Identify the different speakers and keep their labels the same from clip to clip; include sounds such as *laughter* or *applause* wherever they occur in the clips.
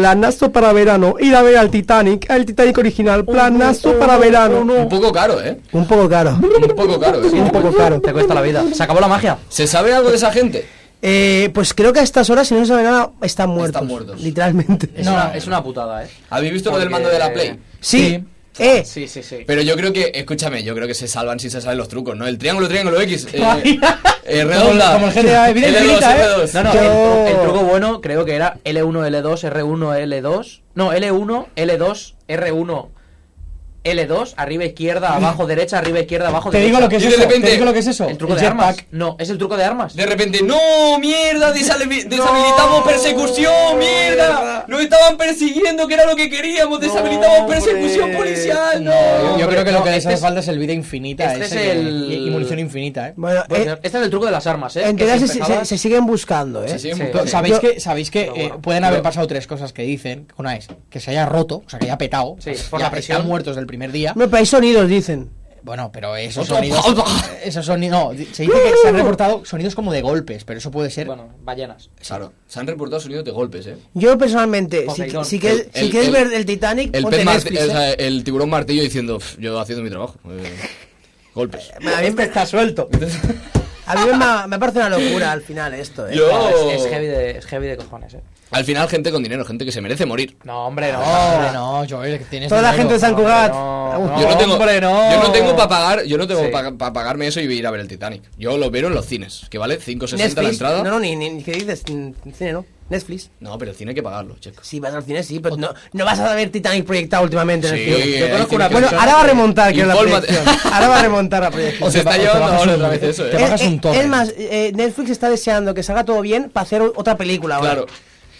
Speaker 1: Planazo para verano. Ir a ver al Titanic, al Titanic original. Planazo para verano.
Speaker 2: Un poco caro, ¿eh?
Speaker 1: Un poco caro.
Speaker 2: Un poco caro, ¿eh?
Speaker 1: Un poco caro.
Speaker 3: Te cuesta la vida. Se acabó la magia.
Speaker 2: ¿Se sabe algo de esa gente?
Speaker 1: Eh, pues creo que a estas horas, si no se sabe nada, están muertos.
Speaker 2: muertos.
Speaker 1: Literalmente.
Speaker 3: Es, una, es una putada, ¿eh?
Speaker 2: ¿Habéis visto lo del mando de la
Speaker 3: Porque-
Speaker 2: Play?
Speaker 1: Sí.
Speaker 2: Ah,
Speaker 1: Eh,
Speaker 3: Sí, sí, sí.
Speaker 2: Pero yo creo que, escúchame, yo creo que se salvan si se saben los trucos, ¿no? El triángulo, triángulo X. Eh, eh, redonda.
Speaker 4: Como el GTA, vida
Speaker 2: L2,
Speaker 4: infinita, ¿eh?
Speaker 2: R2.
Speaker 3: No, no,
Speaker 1: Yo-
Speaker 3: el, el truco bueno creo que era L1, L2, R1, L2. No, L1, L2, R1, L2, arriba izquierda, abajo derecha, arriba izquierda, abajo
Speaker 4: Te digo
Speaker 3: derecha.
Speaker 4: lo que es
Speaker 2: Y de
Speaker 4: eso.
Speaker 2: repente-
Speaker 4: Te digo lo que es eso.
Speaker 3: El truco de
Speaker 4: jetpack.
Speaker 3: armas. No, es el truco de armas.
Speaker 2: De repente, ¡no! ¡Mierda! desabi- ¡Deshabilitamos persecución! ¡Mierda! ¡Nos estaban persiguiendo, que era lo que queríamos! ¡Deshabilitamos persecución policial! ¡No!
Speaker 3: No,
Speaker 4: Yo
Speaker 3: hombre,
Speaker 4: creo que lo
Speaker 3: no,
Speaker 4: que les
Speaker 3: este
Speaker 4: hace
Speaker 3: es-
Speaker 4: falta es el vida infinita.
Speaker 3: este
Speaker 4: ese
Speaker 3: es
Speaker 4: que-
Speaker 3: el-
Speaker 4: Y y munición infinita, ¿eh?
Speaker 1: bueno,
Speaker 3: Pues,
Speaker 1: eh,
Speaker 3: este es el truco de las armas, ¿eh?
Speaker 1: en
Speaker 3: Que
Speaker 1: teoría se,
Speaker 3: siempre
Speaker 1: se-
Speaker 3: acabas-
Speaker 1: se siguen buscando, ¿eh?
Speaker 2: Se siguen
Speaker 3: Sí.
Speaker 2: buscando.
Speaker 4: Sabéis
Speaker 1: Yo-
Speaker 4: que, sabéis que eh,
Speaker 3: bueno.
Speaker 4: pueden haber pasado tres cosas que dicen. Una es que se haya roto, o sea, que haya petado.
Speaker 3: Sí,
Speaker 4: o sea,
Speaker 3: por
Speaker 4: ya
Speaker 3: la presión.
Speaker 4: Están muertos del primer día.
Speaker 1: No, pero hay sonidos, dicen.
Speaker 4: Bueno, pero esos
Speaker 2: Otro-
Speaker 4: sonidos.
Speaker 2: otro-
Speaker 4: esos sonidos. No, di- se dice que se han reportado sonidos como de golpes, pero eso puede ser.
Speaker 3: Bueno, ballenas.
Speaker 2: Claro, se han reportado sonidos de golpes, ¿eh?
Speaker 1: Yo personalmente, si,
Speaker 3: Poseidón.
Speaker 1: si quieres,
Speaker 2: El-
Speaker 1: si quieres
Speaker 2: el-
Speaker 1: ver el Titanic,
Speaker 2: El,
Speaker 1: ponte
Speaker 2: pez mart-
Speaker 1: Netflix,
Speaker 2: o
Speaker 1: ¿eh?
Speaker 2: sea, el tiburón martillo diciendo, "Pf, yo haciendo mi trabajo.
Speaker 1: *laughs*
Speaker 2: eh, golpes.
Speaker 1: A mí, me,
Speaker 2: *laughs*
Speaker 4: está suelto.
Speaker 1: a mí me, ha- me parece una locura al final esto, ¿eh?
Speaker 2: Yo-
Speaker 3: Claro, es, es heavy de, es heavy de cojones, ¿eh?
Speaker 2: Al final, gente con dinero, gente que se merece morir.
Speaker 3: No, hombre, no.
Speaker 4: No, Oh, no, Joel, que tienes.
Speaker 1: Toda la
Speaker 4: dinero.
Speaker 1: gente de San
Speaker 3: hombre,
Speaker 1: Cugat.
Speaker 3: no,
Speaker 1: Ah,
Speaker 3: no.
Speaker 2: yo no tengo,
Speaker 4: hombre, no.
Speaker 2: Yo no tengo para pagar, yo no tengo
Speaker 3: Sí.
Speaker 2: para pagarme eso y ir a ver el Titanic. Yo lo veo en los cines, que vale 5.60 la
Speaker 1: Netflix.
Speaker 2: entrada.
Speaker 1: No, no, ni, ni ¿qué dices? Mm, Cine, ¿no? Netflix.
Speaker 2: No, pero el cine hay que pagarlo, chicos.
Speaker 1: Sí, vas al cine, sí, pero no, no vas a ver Titanic proyectado últimamente en el
Speaker 2: Sí,
Speaker 1: cine.
Speaker 2: hay cine que-
Speaker 1: Bueno, ahora va a remontar, que es la
Speaker 2: Infórmate.
Speaker 1: proyección. Ahora va a remontar la proyección.
Speaker 2: *laughs* O se
Speaker 4: te
Speaker 2: está
Speaker 4: ba- te
Speaker 2: llevando
Speaker 4: bajas
Speaker 2: ahora
Speaker 4: un-
Speaker 2: otra vez eso,
Speaker 4: te
Speaker 2: eh.
Speaker 4: bajas-
Speaker 1: Eh,
Speaker 4: un
Speaker 1: eh,
Speaker 4: torrent.
Speaker 1: Es más, eh, Netflix está deseando que salga todo bien para hacer otra película ahora.
Speaker 2: Claro.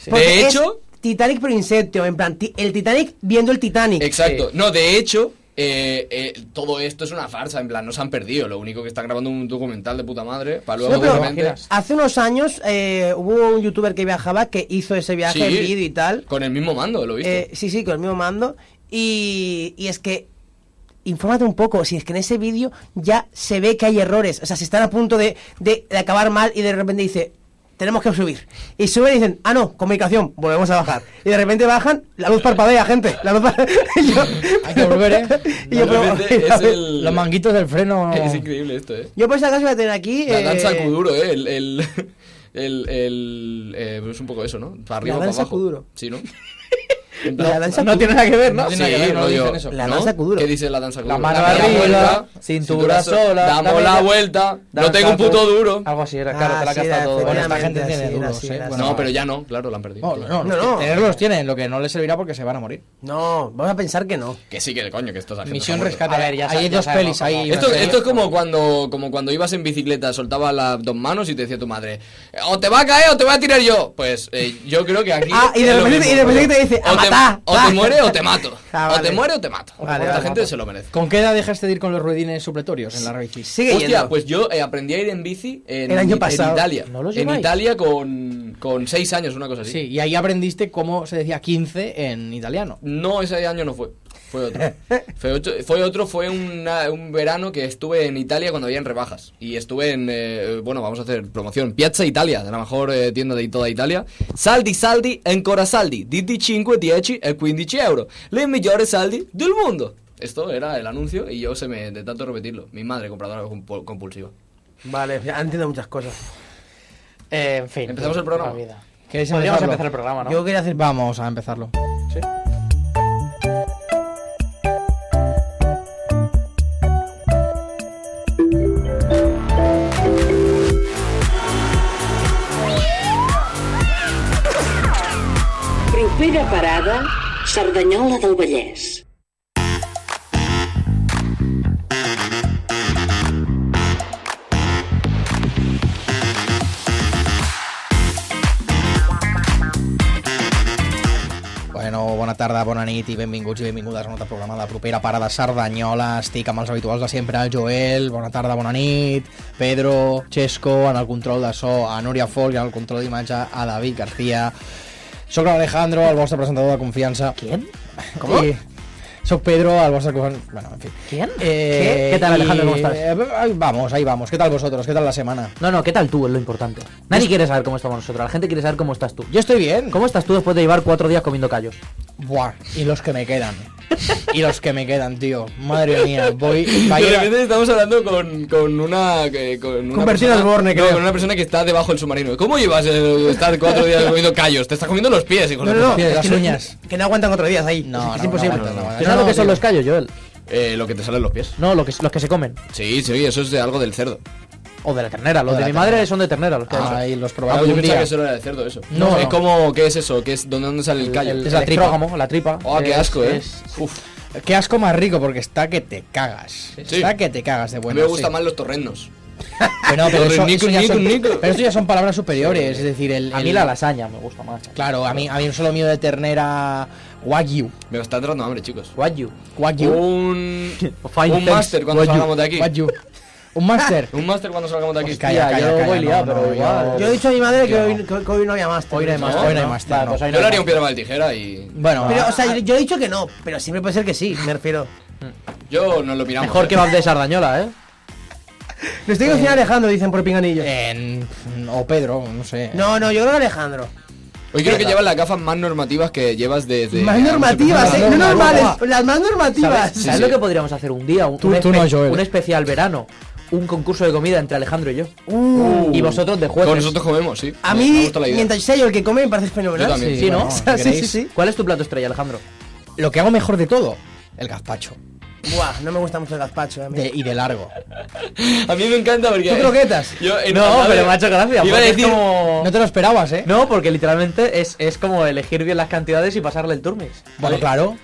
Speaker 1: Porque
Speaker 2: De
Speaker 1: es
Speaker 2: hecho,
Speaker 1: Titanic pero Inceptio, en plan, ti- el Titanic viendo el Titanic.
Speaker 2: Exacto. No, de hecho, eh, eh, todo esto es una farsa. En plan, no se han perdido. Lo único que están grabando un documental de puta madre. Para luego,
Speaker 1: No, pero-
Speaker 2: obviamente-
Speaker 3: imaginas.
Speaker 1: Hace unos años eh, hubo un youtuber que viajaba que hizo ese viaje
Speaker 2: Sí,
Speaker 1: en vídeo y tal.
Speaker 2: Con el mismo mando, lo he visto.
Speaker 1: Eh, sí, sí, con el mismo mando. Y, y es que, infórmate un poco, si es que en ese vídeo ya se ve que hay errores. O sea, se están a punto de, de- de acabar mal y de repente dice, tenemos que subir. Y suben y dicen, ah, no, comunicación, volvemos a bajar. Y de repente bajan, la luz parpadea, *laughs* gente. La luz par- Y yo-
Speaker 4: Hay que volver, ¿eh?
Speaker 1: *laughs* y yo,
Speaker 2: De
Speaker 1: pero-
Speaker 2: repente
Speaker 1: mira,
Speaker 2: es el-
Speaker 4: Los manguitos del
Speaker 3: *laughs*
Speaker 4: freno.
Speaker 2: *laughs* Es increíble esto, eh.
Speaker 1: yo por si acaso voy a tener aquí...
Speaker 2: La
Speaker 1: eh,
Speaker 2: danza al kuduro, eh. El. el... *laughs* el- el- eh, pues es un poco eso, ¿no? Para arriba,
Speaker 1: La
Speaker 2: para
Speaker 1: danza
Speaker 2: abajo.
Speaker 1: kuduro.
Speaker 2: Sí, ¿no?
Speaker 1: La danza
Speaker 4: No tiene nada que ver, ¿no?
Speaker 2: Sí,
Speaker 4: tiene nada que ver,
Speaker 2: rollo-
Speaker 4: dicen eso.
Speaker 1: La danza kuduro.
Speaker 2: ¿Qué dice la danza kuduro?
Speaker 3: mano
Speaker 2: Dame
Speaker 3: arriba,
Speaker 2: vuelta,
Speaker 3: cintura
Speaker 2: so-
Speaker 3: sola,
Speaker 2: Damos
Speaker 3: dame
Speaker 2: la
Speaker 3: la-
Speaker 2: vuelta. No
Speaker 3: Danza
Speaker 2: tengo un puto
Speaker 3: tú-
Speaker 2: duro.
Speaker 3: Algo así era, claro,
Speaker 1: Ah,
Speaker 3: te la has
Speaker 1: sí, era,
Speaker 3: gastado todo.
Speaker 4: Bueno, esta gente
Speaker 1: efectivamente,
Speaker 4: tiene
Speaker 1: así era,
Speaker 4: duros,
Speaker 1: así
Speaker 4: ¿eh?
Speaker 1: era,
Speaker 4: Bueno, Oh,
Speaker 1: así
Speaker 2: No,
Speaker 1: era.
Speaker 2: pero ya no, claro, la han perdido.
Speaker 4: No, no,
Speaker 1: No,
Speaker 4: no,
Speaker 1: no.
Speaker 4: los Tenerlos los tienen, lo que no les servirá porque se van a morir.
Speaker 1: No, vamos a pensar que no.
Speaker 2: Que sí, que coño, que estos agentes
Speaker 4: Misión
Speaker 2: han muerto.
Speaker 4: rescate.
Speaker 3: A ver, ya sa-
Speaker 4: hay
Speaker 3: ya
Speaker 4: dos
Speaker 3: sabemos
Speaker 4: pelis
Speaker 3: cómo-
Speaker 4: ahí.
Speaker 2: Esto,
Speaker 4: una
Speaker 2: esto es
Speaker 4: serie.
Speaker 2: como cuando, como cuando ibas en bicicleta, soltabas las dos manos y te decía tu madre, o te va a caer o te voy a tirar yo. Pues eh, yo creo que aquí...
Speaker 1: Ah, y de
Speaker 2: es lo
Speaker 1: repente-
Speaker 2: mismo,
Speaker 1: y de repente
Speaker 2: rollo.
Speaker 1: te dice, "A
Speaker 2: o te,
Speaker 1: matar,
Speaker 2: o
Speaker 1: va".
Speaker 2: te muere o te mato.
Speaker 1: *laughs* Ah,
Speaker 2: O te
Speaker 1: vale.
Speaker 2: muere o te mato.
Speaker 1: Vale,
Speaker 2: Esta
Speaker 1: vale,
Speaker 2: gente
Speaker 1: mato.
Speaker 2: se lo merece.
Speaker 4: ¿Con qué edad dejaste de ir con los ruedines supletorio en la bicis?
Speaker 1: Sigue
Speaker 2: Hostia,
Speaker 1: yendo.
Speaker 2: pues yo eh, aprendí a ir en bici en,
Speaker 1: El año
Speaker 2: en
Speaker 1: pasado.
Speaker 2: Italia.
Speaker 3: ¿No los
Speaker 2: en
Speaker 3: lleváis?
Speaker 2: Italia con, con seis años, una cosa así.
Speaker 4: Sí, y ahí aprendiste cómo se decía 15 en italiano.
Speaker 2: No, ese año no fue. Fue otro. fue, otro, fue otro, fue una- un verano que estuve en Italia cuando habían rebajas. Y estuve en, eh, bueno, vamos a hacer promoción. Piazza Italia, la mejor eh, tienda de toda Italia. Saldi, saldi, ancora saldi. Di di 5, 10 e 15 euro. Le migliori saldi del mundo. Esto era el anuncio y yo se me, de tanto repetirlo. Mi madre, compradora compu- compulsiva.
Speaker 1: Vale, ya entiendo muchas cosas.
Speaker 3: Eh, en fin.
Speaker 2: Empezamos el programa.
Speaker 3: la vida.
Speaker 4: ¿Queréis
Speaker 3: Podríamos
Speaker 4: empezarlo?
Speaker 3: empezar el programa, ¿no?
Speaker 4: Yo quería hacer... Vamos a empezarlo.
Speaker 5: Propera parada, Cerdanyola del Vallès.
Speaker 4: Bueno, bona tarda, bona nit i benvinguts i benvingudes a una altra programa de propera parada Cerdanyola. Estic amb els habituals de sempre, el Joel, bona tarda, bona nit, Pedro, Xesco, en el control de so, a Núria Folk i en el control d'imatge, a David García. Soc l'Alejandro, el vostre presentador de confiança. Qui? Com? I... Eh, Soc Pedro, el vostre... co- Bueno, en fi.
Speaker 3: ¿Quién?
Speaker 4: Eh,
Speaker 3: ¿Qué? ¿Qué tal, Alejandro?
Speaker 4: y-
Speaker 3: ¿Cómo estás?
Speaker 4: eh, ahí vamos, ahí vamos. ¿Qué tal vosotros? ¿Qué tal la semana?
Speaker 3: No, no, ¿qué tal tú? Es lo importante. Nadie quiere saber cómo estamos nosotros, la gente quiere saber cómo estás tú.
Speaker 4: Yo estoy bien.
Speaker 3: ¿Cómo estás tú después de llevar cuatro días comiendo callos?
Speaker 4: Buah, y los que me quedan. Y los que me quedan, tío. Madre mía, voy... va a ir
Speaker 2: de
Speaker 4: a-
Speaker 2: repente estamos hablando con, con una. que- Con una
Speaker 1: Convertido
Speaker 2: persona-
Speaker 1: al Borne,
Speaker 2: no,
Speaker 1: creo.
Speaker 2: con una persona que está debajo del submarino. ¿Cómo llevas el- estar cuatro días comiendo callos? Te estás comiendo los pies, hijo
Speaker 1: No,
Speaker 2: de
Speaker 1: no, no,
Speaker 2: puta.
Speaker 4: Tiene
Speaker 1: es
Speaker 4: las
Speaker 1: que no-
Speaker 4: uñas.
Speaker 1: que no aguantan cuatro días ahí.
Speaker 4: No,
Speaker 1: es,
Speaker 4: no,
Speaker 1: es
Speaker 4: no
Speaker 1: imposible.
Speaker 4: aguantan, no aguantan.
Speaker 3: ¿Tú
Speaker 4: Ah, No,
Speaker 3: sabes lo que son
Speaker 4: tío.
Speaker 3: los callos, Joel?
Speaker 2: Eh, lo que te salen los pies.
Speaker 3: No, lo que, los que se comen.
Speaker 2: Sí, sí, eso es de algo del cerdo.
Speaker 3: O de la ternera. Los de,
Speaker 4: De la
Speaker 3: mi
Speaker 4: ternera.
Speaker 3: madre son de ternera, los que
Speaker 4: Ah, y los
Speaker 2: Ah,
Speaker 4: probaré
Speaker 2: pues yo
Speaker 4: algún
Speaker 2: pensaba
Speaker 4: día.
Speaker 2: que eso era de cerdo, eso.
Speaker 4: No,
Speaker 2: es
Speaker 4: no.
Speaker 2: como. ¿Qué es eso? ¿Qué es, dónde, dónde sale el callo?
Speaker 3: el,
Speaker 4: Es la
Speaker 3: el
Speaker 4: tripa.
Speaker 3: estrógamo, la tripa.
Speaker 2: Oh, qué
Speaker 3: Es-
Speaker 2: asco, eh.
Speaker 3: es-
Speaker 2: Uf.
Speaker 4: Qué asco más rico, porque está que te cagas.
Speaker 2: Sí.
Speaker 4: Está que te cagas de
Speaker 2: A mí
Speaker 4: bueno.
Speaker 2: me gustan
Speaker 4: sí.
Speaker 2: más los torrenos.
Speaker 4: Bueno, pero
Speaker 2: Los
Speaker 4: eso,
Speaker 2: nico,
Speaker 4: eso ya
Speaker 2: nico,
Speaker 4: son,
Speaker 2: nico.
Speaker 4: pero esto ya son palabras superiores, es decir, el...
Speaker 3: a mí
Speaker 4: el-
Speaker 3: la lasaña me gusta más.
Speaker 4: Claro, a mí, a mí un solo mío de ternera Wagyu.
Speaker 2: Me está entrando hambre, chicos.
Speaker 3: What you?
Speaker 4: Wagyu.
Speaker 2: Oh, Un.
Speaker 3: Fine
Speaker 2: Un
Speaker 3: thanks.
Speaker 2: máster cuando
Speaker 3: What you-
Speaker 2: salgamos de aquí.
Speaker 4: Wagyu.
Speaker 2: *laughs*
Speaker 4: Un máster.
Speaker 2: Un máster cuando salgamos de aquí.
Speaker 4: Pues calla,
Speaker 3: Hostia,
Speaker 4: calla,
Speaker 3: yo
Speaker 4: calla,
Speaker 3: voy
Speaker 4: no,
Speaker 3: liado, pero
Speaker 4: no,
Speaker 3: igual.
Speaker 1: Yo he dicho a mi madre que
Speaker 4: Yo
Speaker 1: hoy,
Speaker 4: no.
Speaker 1: que- que hoy no había más.
Speaker 4: Hoy no hay máster, hoy no hay máster,
Speaker 3: Vale,
Speaker 4: no.
Speaker 3: pues hoy
Speaker 2: Yo le haría
Speaker 3: hay
Speaker 2: un piedra mal tijera y.
Speaker 4: Bueno,
Speaker 1: Pero, o sea, yo, yo he dicho que no, pero siempre puede ser que sí, me refiero.
Speaker 2: Yo no lo miramos.
Speaker 3: Mejor
Speaker 2: eh.
Speaker 3: que Bab de Sardañola, eh.
Speaker 1: Lo estoy cocinando Alejandro, dicen por pinganillo.
Speaker 4: en- o Pedro, no sé.
Speaker 1: Eh. No, no, yo creo que Alejandro.
Speaker 2: Hoy creo que llevas las gafas más normativas que llevas desde.
Speaker 1: más normativas,
Speaker 4: se
Speaker 1: eh,
Speaker 4: puede
Speaker 1: no
Speaker 4: hablar.
Speaker 1: normales,
Speaker 4: Normal.
Speaker 1: las más normativas.
Speaker 3: ¿Sabes, ¿Sabes
Speaker 2: sí.
Speaker 3: lo que podríamos hacer un día? Un,
Speaker 4: Tú-
Speaker 3: un
Speaker 4: tú no,
Speaker 3: espe-
Speaker 4: Joel.
Speaker 3: un especial verano. Un concurso de comida entre Alejandro y yo.
Speaker 1: Uh,
Speaker 3: y vosotros de jueces.
Speaker 2: Con nosotros comemos, sí.
Speaker 1: a
Speaker 2: Me- me
Speaker 1: mí,
Speaker 2: gusta la idea.
Speaker 1: mientras sea yo el que come, me parece fenomenal.
Speaker 2: Yo también.
Speaker 3: *laughs* Sí, ¿no?
Speaker 4: bueno,
Speaker 1: O
Speaker 4: si
Speaker 1: sea, sí, sí,
Speaker 4: queréis.
Speaker 1: sí.
Speaker 3: ¿Cuál es tu plato estrella, Alejandro?
Speaker 4: Lo que hago mejor de todo, el gazpacho.
Speaker 1: Buah, no me gusta mucho el gazpacho. eh, A mí.
Speaker 4: De- y de largo.
Speaker 2: A mí me encanta porque.
Speaker 1: ¿Tú croquetas?
Speaker 2: Yo, en
Speaker 3: No,
Speaker 2: verdad,
Speaker 3: pero me ha hecho gracia.
Speaker 2: Iba a
Speaker 3: porque es
Speaker 2: decir.
Speaker 3: como-
Speaker 4: No te lo esperabas, ¿eh?
Speaker 3: No, porque literalmente es, es como elegir bien las cantidades y pasarle el turmix.
Speaker 4: Bueno, claro.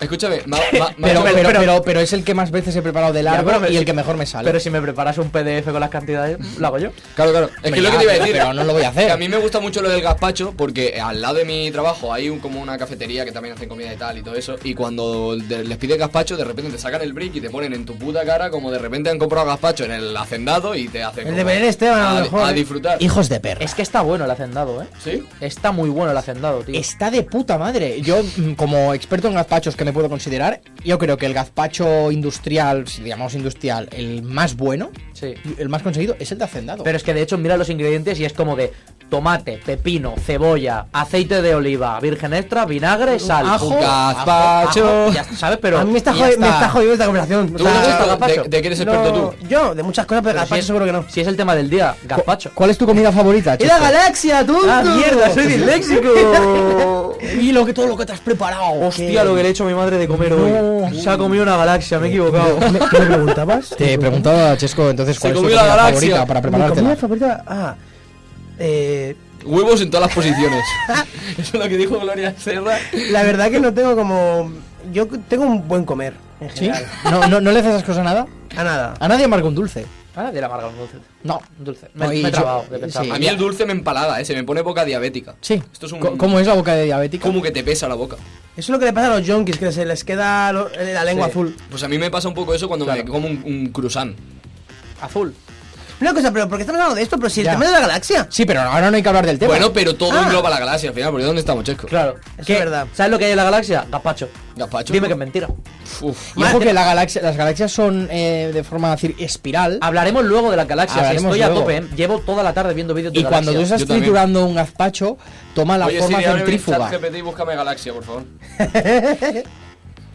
Speaker 2: Escúchame, ma- ma- ma-
Speaker 4: Pero,
Speaker 2: yo-
Speaker 4: pero, pero, pero es el que más veces he preparado de
Speaker 3: Ya,
Speaker 4: largo
Speaker 3: pero-
Speaker 4: y el que mejor me sale.
Speaker 3: Pero si me preparas un PDF con las cantidades, lo hago
Speaker 4: *laughs*
Speaker 3: yo.
Speaker 2: Claro, claro. Es que
Speaker 4: Hombre,
Speaker 2: lo que
Speaker 4: ya,
Speaker 2: te iba a
Speaker 4: pero-
Speaker 2: decir.
Speaker 4: pero no lo voy a hacer.
Speaker 2: Que a mí me gusta mucho lo del gazpacho porque al lado de mi trabajo hay un, como una cafetería que también hacen comida y tal y todo eso. Y cuando de- les pides gazpacho, de repente te sacan el brick y te ponen en tu puta cara como de repente han comprado gazpacho en el hacendado y te
Speaker 1: El
Speaker 2: hacen. como
Speaker 1: de Belén Esteban, a lo mejor,
Speaker 2: A
Speaker 1: ¿eh?
Speaker 2: disfrutar.
Speaker 4: Hijos de perra.
Speaker 3: Es que está bueno el hacendado, eh.
Speaker 2: ¿Sí?
Speaker 3: Está muy bueno el hacendado, tío.
Speaker 4: Está de puta madre. Yo, mm, como experto en gazpachos que me puedo considerar, yo creo que el gazpacho industrial, si le llamamos industrial, el más bueno,
Speaker 3: Sí.
Speaker 4: el más conseguido, es el de hacendado.
Speaker 3: Pero es que de hecho mira los ingredientes y es como de tomate, pepino, cebolla, aceite de oliva, virgen extra, vinagre, sal.
Speaker 4: Ajo,
Speaker 3: Un ca-
Speaker 4: gazpacho.
Speaker 3: ajo, ya sabes, pero
Speaker 1: a mí me está,
Speaker 4: y
Speaker 1: jodi-
Speaker 4: ya
Speaker 1: me
Speaker 4: está.
Speaker 1: está jodiendo esta conversación.
Speaker 2: ¿Tú
Speaker 1: O sea,
Speaker 2: te gusta
Speaker 1: no,
Speaker 2: gazpacho? ¿De- de qué eres experto tú?
Speaker 1: Yo, de muchas cosas, pero,
Speaker 3: pero si
Speaker 1: gazpacho
Speaker 3: es-
Speaker 1: seguro que no.
Speaker 3: Si es el tema del día, gazpacho.
Speaker 4: ¿Cuál es tu comida favorita,
Speaker 1: ¡Es
Speaker 4: Chesco?
Speaker 1: la galaxia, tú!
Speaker 3: Ah, mierda, soy *laughs*
Speaker 1: disléxico!
Speaker 4: Y lo que, todo lo que te has preparado.
Speaker 3: Hostia, lo que le he hecho a mi madre de comer hoy. Se ha comido una galaxia, me he
Speaker 1: *laughs*
Speaker 3: equivocado. *laughs*
Speaker 1: ¿Me, me preguntabas?
Speaker 4: Te he preguntado, Chesco, entonces,
Speaker 2: Se
Speaker 4: ¿cuál es tu
Speaker 2: comió la
Speaker 4: comida
Speaker 2: galaxia.
Speaker 4: favorita para
Speaker 1: Mi comida
Speaker 4: preparártela?
Speaker 1: favorita. Ah. Eh,
Speaker 2: Huevos en todas las posiciones. Eso es lo que dijo Gloria Serra.
Speaker 1: la verdad que no tengo como. Yo tengo un buen comer. En
Speaker 4: ¿Sí?
Speaker 1: general.
Speaker 4: ¿No, no, ¿No le haces esas cosas a nada?
Speaker 1: A nada.
Speaker 4: A nadie amarga un dulce.
Speaker 3: Ah, de la amarga un dulce.
Speaker 4: No.
Speaker 3: Un dulce. Me,
Speaker 4: No, y
Speaker 3: me he
Speaker 4: yo-
Speaker 3: trabado de pensar.
Speaker 4: sí.
Speaker 2: A mí el dulce me empalada, ¿eh? Se me pone boca diabética.
Speaker 4: Sí.
Speaker 2: Esto es un.
Speaker 4: Co- ¿Cómo es la boca de diabética?
Speaker 2: Como que te pesa la boca.
Speaker 1: Eso es lo que le pasa a los yonkis, que se les queda lo- eh, la lengua
Speaker 3: Sí.
Speaker 1: azul.
Speaker 2: Pues a mí me pasa un poco eso cuando me como un, un croissant.
Speaker 3: Azul.
Speaker 1: Una cosa, pero ¿por qué estamos hablando de esto? Pero si el
Speaker 4: Ya.
Speaker 1: tema de la galaxia.
Speaker 4: Sí, pero ahora no hay que hablar del tema.
Speaker 2: Bueno, pero todo
Speaker 1: Ah.
Speaker 2: engloba la galaxia al final, porque ¿dónde estamos, Chesco?
Speaker 3: Claro.
Speaker 1: Eso
Speaker 3: ¿Qué?
Speaker 1: es verdad.
Speaker 3: ¿Sabes lo que hay en la galaxia? Gazpacho.
Speaker 2: Gazpacho.
Speaker 3: Dime que es mentira.
Speaker 2: Uf.
Speaker 4: Y ojo que la galaxia, las galaxias son eh, de forma decir, espiral.
Speaker 3: Hablaremos luego de las galaxias.
Speaker 4: Hablaremos
Speaker 3: Estoy a
Speaker 4: luego.
Speaker 3: tope, ¿eh? Llevo toda la tarde viendo vídeos de
Speaker 4: Y cuando tú
Speaker 3: galaxias.
Speaker 4: estás
Speaker 2: Yo también.
Speaker 4: triturando un gazpacho, toma la
Speaker 2: Oye,
Speaker 4: forma
Speaker 2: Siri, ábreme el
Speaker 4: centrífuga.
Speaker 2: ChatGPT y búscame galaxia, por favor.
Speaker 4: Eh,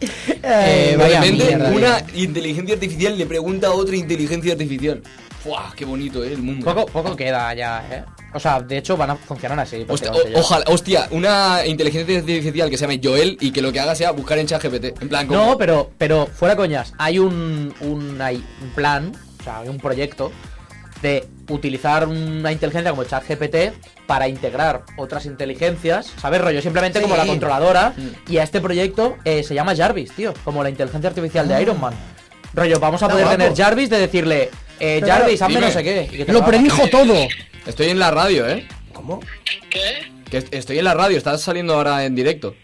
Speaker 2: De
Speaker 4: vaya
Speaker 2: repente,
Speaker 4: mierda,
Speaker 2: una
Speaker 4: tío.
Speaker 2: inteligencia artificial le pregunta a otra inteligencia artificial. ¡Fuah! ¡Qué bonito, eh! El mundo.
Speaker 3: Poco, poco queda ya, ¿eh? O sea, de hecho van a funcionar así.
Speaker 2: Hostia,
Speaker 3: prácticamente
Speaker 2: o-
Speaker 3: ya.
Speaker 2: ojalá, hostia, una inteligencia artificial que se llame Joel y que lo que haga sea buscar en ChatGPT. En plan, como,
Speaker 3: No, pero, pero fuera coñas. Hay un, un, hay un plan, o sea, hay un proyecto de utilizar una inteligencia como ChatGPT para integrar otras inteligencias, ¿sabes? Rollo, simplemente como la controladora. Y a este proyecto eh, se llama Jarvis, tío, como la inteligencia artificial de Iron Man. Rollo, vamos a
Speaker 1: Está
Speaker 3: poder
Speaker 1: guapo.
Speaker 3: tener Jarvis de decirle, eh,
Speaker 1: Pero,
Speaker 3: Jarvis, hazme
Speaker 2: dime.
Speaker 3: no sé qué. y que te
Speaker 4: Lo
Speaker 3: haga.
Speaker 4: predijo todo.
Speaker 2: Estoy en la radio, ¿eh?
Speaker 1: ¿Cómo?
Speaker 6: ¿Qué?
Speaker 2: Que est- estoy en la radio, estás saliendo ahora en directo.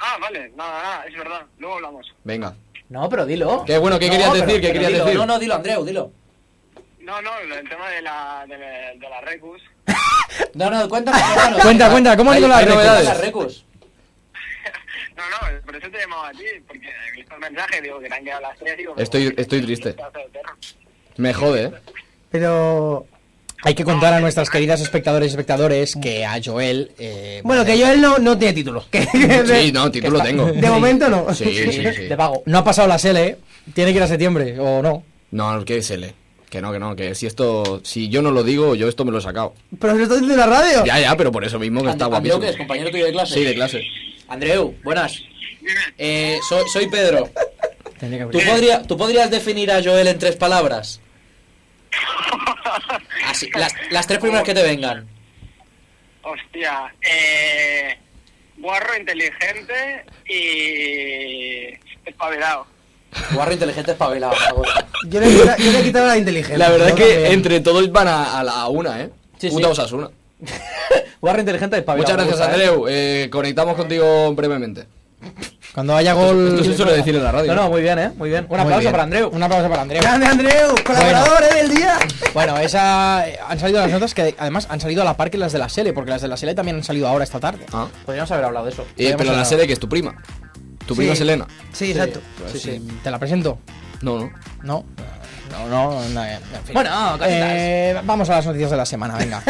Speaker 6: Ah, vale, nada, nada, es verdad, luego hablamos.
Speaker 2: Venga.
Speaker 3: No, pero dilo.
Speaker 2: Qué bueno, ¿qué
Speaker 3: No,
Speaker 2: querías
Speaker 3: pero-
Speaker 2: decir? ¿Qué
Speaker 3: pero
Speaker 2: querías
Speaker 3: dilo.
Speaker 2: decir?
Speaker 3: No, no, dilo, Andreu, dilo.
Speaker 6: No, no, lo- el tema de la, de la, de la Recus.
Speaker 2: *laughs*
Speaker 3: No, no, cuéntame. cuéntanos.
Speaker 4: Cuenta, cuenta, ¿cómo han
Speaker 2: Hay-
Speaker 4: ido las
Speaker 2: hay
Speaker 4: recos?
Speaker 2: novedades.
Speaker 3: recus.
Speaker 6: No, no, por eso te llamaba a ti, porque he visto el mensaje, digo que te han quedado las tres. Digo,
Speaker 2: Estoy-
Speaker 6: "Joder,
Speaker 2: estoy
Speaker 6: qué
Speaker 2: triste".
Speaker 6: pedazo de perro.
Speaker 2: Me jode, ¿eh?
Speaker 1: Pero.
Speaker 4: Hay que contar a nuestras queridas espectadoras y espectadores que a Joel. eh,
Speaker 1: Bueno, que yo él no, no tiene título. *laughs* Que- que de-
Speaker 2: Sí, no, título
Speaker 3: está-
Speaker 2: tengo.
Speaker 1: De momento no.
Speaker 2: Sí, sí,
Speaker 3: *laughs*
Speaker 2: sí.
Speaker 3: De pago.
Speaker 4: No ha pasado la SL, ¿eh? Tiene que ir a septiembre, o no.
Speaker 2: No, que se le. Que no, que no, que si esto. Si yo no lo digo, yo esto me lo he sacado.
Speaker 1: Pero si lo de la radio.
Speaker 2: Ya, ya, pero por eso mismo que está guapísimo.
Speaker 7: Andreu, que es compañero tuyo de clase.
Speaker 2: Sí, de clase.
Speaker 7: Andreu, buenas. Eh, soy, soy Pedro. ¿Tú, podría- ¿Tú podrías definir a Joel en tres palabras? Así, las, las tres primeras que te vengan.
Speaker 6: Hostia, eh, guarro inteligente y espabilado.
Speaker 7: Guarro inteligente espabilado. me gusta.
Speaker 1: Yo le, he quitado- yo le he quitado la inteligencia.
Speaker 2: La verdad es
Speaker 1: Yo
Speaker 2: que
Speaker 1: también.
Speaker 2: entre todos van a, a la a una, ¿eh?
Speaker 7: Sí,
Speaker 2: Puta
Speaker 7: sí.
Speaker 2: Osasuna.
Speaker 3: Guarra inteligente espabilado.
Speaker 2: Muchas gracias,
Speaker 3: me gusta, ¿eh?
Speaker 2: Andreu. Eh, conectamos contigo brevemente.
Speaker 4: Cuando haya gol.
Speaker 2: Esto se suele decir en la radio.
Speaker 3: No, no, muy bien, ¿eh? Muy bien. Un
Speaker 4: Muy
Speaker 3: aplauso
Speaker 4: bien.
Speaker 3: para Andreu.
Speaker 4: Un aplauso para Andreu.
Speaker 1: Grande Andreu, colaborador eh, del día.
Speaker 4: Bueno, esa eh, han salido las notas que además han salido a la par que las de la SL, porque las de la SL también han salido ahora esta tarde.
Speaker 2: Ah.
Speaker 3: Podríamos haber hablado de eso.
Speaker 2: Eh,
Speaker 4: Podríamos
Speaker 2: pero la
Speaker 4: hablar.
Speaker 2: sede que es tu prima. Tu prima
Speaker 1: Sí.
Speaker 2: es Elena.
Speaker 1: Sí, exacto. *laughs*
Speaker 2: Pues
Speaker 4: Sí, sí. Te la presento.
Speaker 2: No, no.
Speaker 4: No. No, no, no, eh, en fin.
Speaker 3: Bueno, cositas.
Speaker 4: Eh, vamos a las noticias de la semana, venga.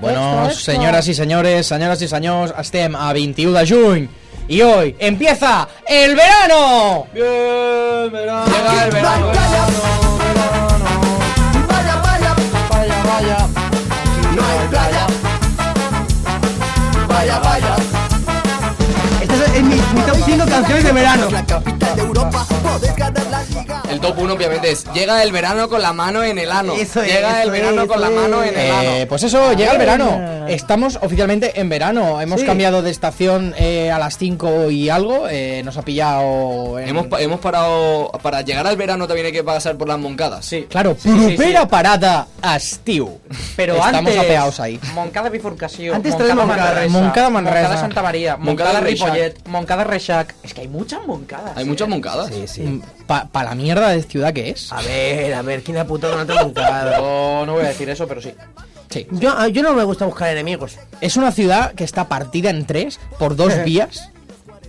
Speaker 4: Bueno, señoras y señores, señoras y senyors, estem a 21 de juny y hoy empieza el verano.
Speaker 1: Esta es, es mi, mi top 5 canciones de verano.
Speaker 2: El top 1 obviamente es Llega el verano con la mano en el ano.
Speaker 1: Eso es,
Speaker 2: Llega el
Speaker 1: eso
Speaker 2: verano
Speaker 1: es,
Speaker 2: con la
Speaker 1: eso
Speaker 2: mano en el ano.
Speaker 4: Eh, pues eso, llega el verano. Estamos oficialmente en verano. Hemos
Speaker 1: Sí.
Speaker 4: cambiado de estación eh, a las 5 y algo. eh, nos ha pillado. en-
Speaker 2: Hemos, pa- hemos parado. Para llegar al verano también hay que pasar por las moncadas.
Speaker 3: Sí.
Speaker 4: Claro,
Speaker 3: Sí, sí, sí.
Speaker 4: propera parada a Stiu.
Speaker 3: Pero
Speaker 4: Estamos
Speaker 3: antes.
Speaker 4: apeados ahí.
Speaker 3: Moncada Bifurcación.
Speaker 1: Antes traemos Moncada.
Speaker 4: Moncada Manresa.
Speaker 3: Moncada Santa María.
Speaker 2: Moncada
Speaker 3: Moncada,
Speaker 2: Reixac.
Speaker 3: Ripollet. Moncada Rechac. Es que hay muchas moncadas.
Speaker 2: Hay
Speaker 3: eh.
Speaker 2: muchas moncadas.
Speaker 4: Mm, Pa, pa la mierda de ciudad que es.
Speaker 3: Ah.
Speaker 1: A ver, a ver, ¿quién ha putado no te ha montado?
Speaker 3: No, no voy a decir eso, pero sí.
Speaker 4: Sí.
Speaker 1: Yo, a- yo no me gusta buscar enemigos.
Speaker 4: Es una ciudad que está partida en tres
Speaker 3: *laughs*
Speaker 4: por dos vías.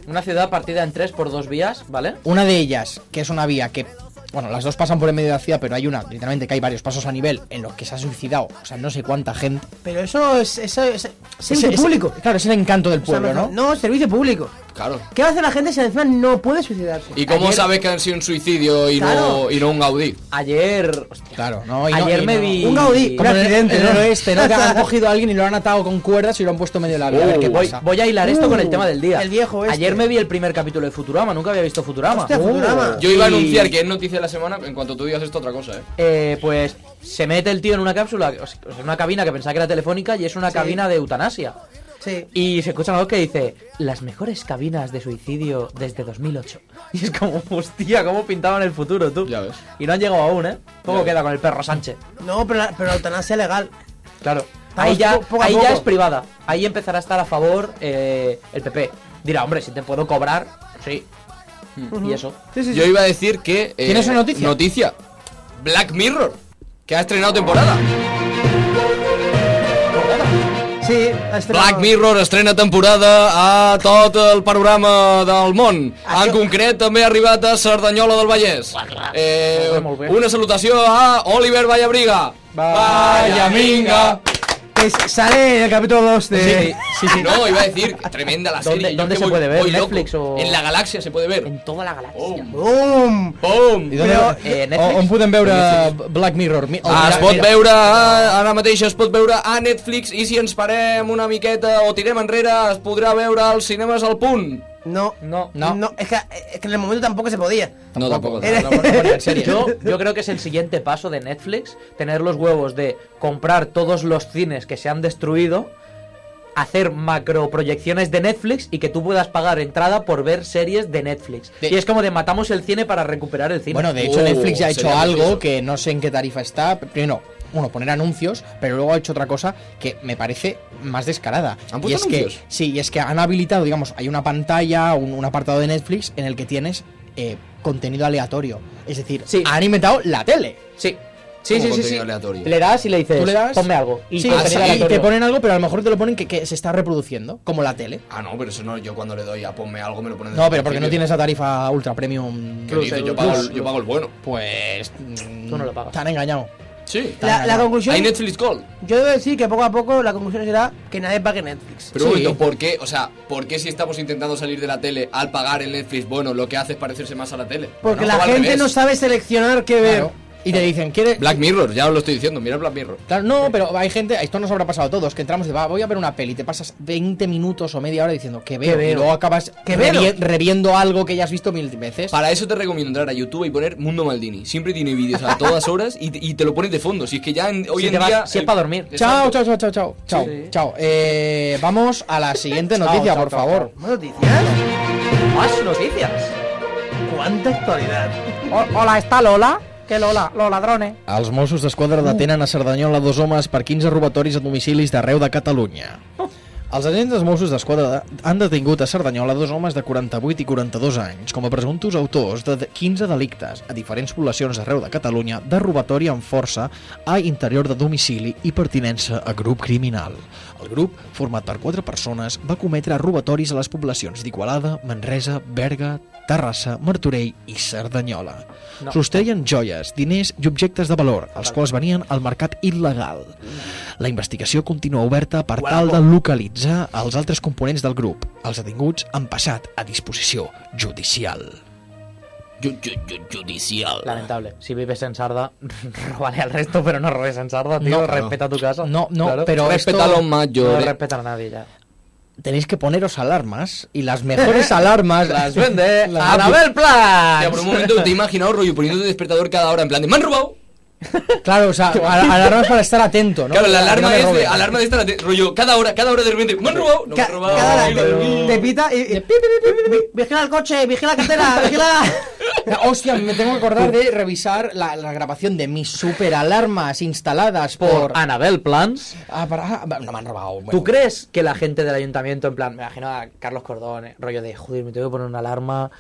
Speaker 3: Una ciudad partida en tres por dos vías, ¿vale?
Speaker 4: Una de ellas, que es una vía que. Bueno, las dos pasan por en medio de la ciudad, pero hay una, literalmente, que hay varios pasos a nivel en los que se ha suicidado, o sea, no sé cuánta gente.
Speaker 1: Pero eso es. Eso es servicio
Speaker 4: Ese- ese-
Speaker 1: público.
Speaker 4: claro, es el encanto del
Speaker 1: O sea,
Speaker 4: pueblo, ¿no?
Speaker 1: No, servicio público.
Speaker 2: Claro.
Speaker 1: ¿Qué va a hacer la gente si encima no puede suicidarse?
Speaker 2: ¿Y cómo
Speaker 3: Ayer-
Speaker 2: sabes que han sido un suicidio y, no,
Speaker 1: Claro.
Speaker 2: y no un Gaudí?
Speaker 3: Ayer. Hostia.
Speaker 4: Claro, no. y no-
Speaker 3: Ayer
Speaker 4: y
Speaker 3: me
Speaker 4: no-
Speaker 3: vi.
Speaker 1: Un Gaudí.
Speaker 4: Como en el,
Speaker 1: accidente,
Speaker 4: en el
Speaker 1: ¿no?
Speaker 4: oeste, ¿no? Que
Speaker 1: O sea-
Speaker 4: han cogido a alguien y lo han atado con cuerdas y lo han puesto en medio de la vía. a ver qué
Speaker 3: Voy,
Speaker 4: pasa.
Speaker 3: voy a hilar esto
Speaker 1: Uh,
Speaker 3: con el tema del día.
Speaker 1: el viejo este.
Speaker 3: Ayer me vi el primer capítulo de Futurama, nunca había visto Futurama.
Speaker 1: Hostia, Futurama.
Speaker 2: Uh, Yo iba a
Speaker 3: Y,
Speaker 2: anunciar que es noticia de la semana en cuanto tú digas esto otra cosa, ¿eh?
Speaker 3: eh, pues se mete el tío en una cápsula, o sea, en una cabina que pensaba que era telefónica y es una cabina de eutanasia.
Speaker 1: Sí.
Speaker 3: Y se escucha una voz que dice, las mejores cabinas de suicidio desde 2008. *laughs* Y es como, hostia, cómo pintaban el futuro, tú.
Speaker 2: Ya ves.
Speaker 3: Y no han llegado aún, ¿eh?
Speaker 2: Ya
Speaker 3: Poco
Speaker 2: ves.
Speaker 3: queda con el perro Sánchez.
Speaker 1: No, pero la, pero la eutanasia legal.
Speaker 3: Claro.
Speaker 1: Estamos
Speaker 3: Ahí ya,
Speaker 1: po- poco a
Speaker 3: ahí ya
Speaker 1: poco.
Speaker 3: es privada. Ahí empezará a estar a favor eh, el PP. Dirá, hombre, si te puedo cobrar, sí. Y eso.
Speaker 1: Sí, sí, sí.
Speaker 2: Mm, Yo iba a decir que. eh,
Speaker 4: ¿Tienes una noticia?
Speaker 2: Noticia. Black Mirror. Que ha estrenado temporada.
Speaker 1: Sí, ha estrenado-
Speaker 2: Black Mirror estrena temporada a tot el panorama del món.
Speaker 3: Ah,
Speaker 2: En concret, també ha arribat a Cerdanyola del Vallès. Eh,
Speaker 3: molt bé.
Speaker 2: una salutació a Oliver Vallabriga. Vaya minga.
Speaker 1: Es- sale en el capítulo 2 de.
Speaker 3: sí, sí.
Speaker 2: No, iba a decir, que tremenda la
Speaker 3: ¿Dónde-
Speaker 2: serie. Yo
Speaker 3: dónde
Speaker 2: que
Speaker 3: se
Speaker 2: voy-
Speaker 3: puede ver?
Speaker 2: voy loco.
Speaker 3: ¿Netflix o-
Speaker 2: En la galaxia se puede ver.
Speaker 3: En toda la galaxia.
Speaker 2: Boom.
Speaker 1: ¡Bum!
Speaker 2: Boom.
Speaker 4: I d'on-
Speaker 1: Però,
Speaker 3: eh,
Speaker 4: o-
Speaker 3: Netflix?
Speaker 4: on podem veure Black Mirror? Mi- o
Speaker 2: Ah,
Speaker 4: mira-
Speaker 2: es pot
Speaker 4: mira.
Speaker 2: veure, a- ara mateix es pot veure a Netflix i si ens parem una miqueta o tirem enrere es podrà veure als cinemes al punt.
Speaker 1: No.
Speaker 3: No,
Speaker 1: No. es, que, es que en el momento tampoco se podía.
Speaker 2: No, tampoco.
Speaker 1: Eres-
Speaker 2: tampoc.
Speaker 4: En serio.
Speaker 3: Yo, yo creo que es el siguiente paso de Netflix, tener los huevos de comprar todos los cines que se han destruido, hacer macroproyecciones de Netflix y que tú puedas pagar entrada por ver series de Netflix.
Speaker 4: De-
Speaker 3: Y es como de matamos el cine para recuperar el cine.
Speaker 4: Bueno, de hecho
Speaker 2: Oh,
Speaker 4: Netflix ya ha hecho
Speaker 2: sería
Speaker 4: algo
Speaker 2: preciso.
Speaker 4: que no sé en qué tarifa está. Primero, uno, poner anuncios, pero luego ha hecho otra cosa que me parece más descarada.
Speaker 2: ¿Han
Speaker 4: y
Speaker 2: puesto
Speaker 4: es
Speaker 2: anuncios?
Speaker 4: que sí, y es que han habilitado, digamos, hay una pantalla, un, un apartado de Netflix en el que tienes eh, contenido aleatorio. Es decir,
Speaker 3: Sí.
Speaker 4: han inventado la tele.
Speaker 3: Sí. Sí, sí, sí,
Speaker 2: contenido
Speaker 3: sí.
Speaker 2: aleatorio.
Speaker 3: Le das y le dices,
Speaker 4: Tú le das.
Speaker 3: ponme algo. Y,
Speaker 4: Sí,
Speaker 3: contenido
Speaker 4: sí, y te
Speaker 3: aleatorio.
Speaker 4: ponen algo, pero a lo mejor te lo ponen que, que se está reproduciendo, como la tele.
Speaker 2: Ah, no, pero eso no, yo cuando le doy a ponme algo me lo ponen
Speaker 4: No, pero porque no
Speaker 2: tiene
Speaker 4: tiene esa tarifa ultra premium.
Speaker 2: ¿Qué
Speaker 3: Plus,
Speaker 2: dices?
Speaker 3: el
Speaker 2: Yo pago, el,
Speaker 3: plus.
Speaker 2: yo pago el bueno.
Speaker 4: Pues. mm,
Speaker 3: Tú no lo pagas.
Speaker 4: Te han engañado.
Speaker 2: Sí.
Speaker 1: La, la conclusión.
Speaker 2: Hay Netflix Call.
Speaker 1: Yo debo decir que poco a poco la conclusión será que nadie pague Netflix.
Speaker 2: Pero
Speaker 4: Sí.
Speaker 2: un momento, ¿por qué? O sea, ¿por qué si estamos intentando salir de la tele al pagar el Netflix, bueno, lo que hace es parecerse más a la tele?
Speaker 1: Porque
Speaker 2: Bueno,
Speaker 1: la
Speaker 2: o al
Speaker 1: gente
Speaker 2: revés.
Speaker 1: no sabe seleccionar qué ver.
Speaker 4: Claro. Y te dicen, ¿quieres.?
Speaker 2: Black Mirror, ya os lo estoy diciendo, mira Black Mirror.
Speaker 4: Claro, no, pero hay gente, esto nos habrá pasado a todos, que entramos de, va, voy a ver una peli, te pasas 20 minutos o media hora diciendo que veo, y
Speaker 1: veo?
Speaker 4: luego acabas
Speaker 1: ¿Qué veo?
Speaker 4: revie- reviendo algo que ya has visto mil veces.
Speaker 2: Para eso te recomiendo entrar a YouTube y poner Mundo Maldini. Siempre tiene vídeos a todas horas y, te- y te lo pones de fondo. Si es que ya en- hoy
Speaker 3: Si
Speaker 2: en
Speaker 3: te vas-
Speaker 2: día.
Speaker 3: si es para dormir.
Speaker 4: Chao,
Speaker 2: Exacto.
Speaker 4: chao, chao, chao, chao, chao,
Speaker 3: Sí.
Speaker 4: chao. Eh, vamos a la *laughs* siguiente noticia,
Speaker 3: chao,
Speaker 4: por
Speaker 3: chao,
Speaker 4: favor.
Speaker 1: ¿Más noticias?
Speaker 3: Más noticias.
Speaker 1: ¿Cuánta actualidad?
Speaker 3: Hola, está Lola. ¿Qué Lola? Los ladrones.
Speaker 4: Els Mossos d'Esquadra detenen a Cerdanyola dos homes per 15 robatoris a domicilis d'arreu de Catalunya. Els agents dels Mossos d'Esquadra han detingut a Cerdanyola dos homes de 48 i 42 anys com a presumptos autors de 15 delictes a diferents poblacions arreu de Catalunya de robatori amb força a interior de domicili i pertinença a grup criminal. El grup, format per quatre persones, va cometre robatoris a les poblacions d'Igualada, Manresa, Berga, Terrassa, Martorell i Cerdanyola.
Speaker 3: No.
Speaker 4: No. Sostreien joies, diners i objectes de valor, els quals venien al mercat il·legal. La investigació continua oberta per tal de localitzar els altres components del grup. Els detinguts han passat a disposició judicial.
Speaker 2: Ju- ju- ju- judicial.
Speaker 3: Lamentable. Si vives en Sarda, *laughs* róbale al resto, pero no robes en Sarda, tío.
Speaker 4: No, no.
Speaker 3: respeta tu casa.
Speaker 4: No, no,
Speaker 3: Claro.
Speaker 4: pero
Speaker 2: Respeta a
Speaker 4: esto-
Speaker 2: los
Speaker 3: No
Speaker 2: mayores.
Speaker 3: respetar a nadie ya.
Speaker 4: Tenéis que poneros alarmas y *laughs* las mejores alarmas
Speaker 3: Las
Speaker 4: *laughs*
Speaker 3: vende
Speaker 4: Las-
Speaker 3: Anabel
Speaker 2: Hostia, por
Speaker 3: Plan.
Speaker 2: un momento te he imaginado rollo poniendo tu despertador cada hora en plan de ¡Me han robado!
Speaker 4: Claro, o *laughs* sea, al- alarmas para estar atento, ¿no?
Speaker 2: claro, la
Speaker 4: Que no
Speaker 2: alarma
Speaker 4: me
Speaker 2: es de,
Speaker 4: roben.
Speaker 2: alarma de esta, la te- rollo, cada hora, cada hora de repente ¡Me han robado! ¡No me han
Speaker 1: Ca-
Speaker 2: robado!
Speaker 1: cada
Speaker 2: Ay,
Speaker 1: hora
Speaker 2: Dios mío.
Speaker 1: te, te pita y, y- vi- vigila el coche, vigila la
Speaker 3: *laughs*
Speaker 1: cartera, vigila.
Speaker 4: *laughs* Hostia, me tengo que acordar de revisar la, la grabación de mis super alarmas instaladas por...
Speaker 3: Por Anabel Plans.
Speaker 4: Ah, para- ah, no me han robado. bueno.
Speaker 3: ¿Tú crees que la gente del ayuntamiento, en plan, me imagino a Carlos Cordón, eh, rollo de, joder, me tengo que poner una alarma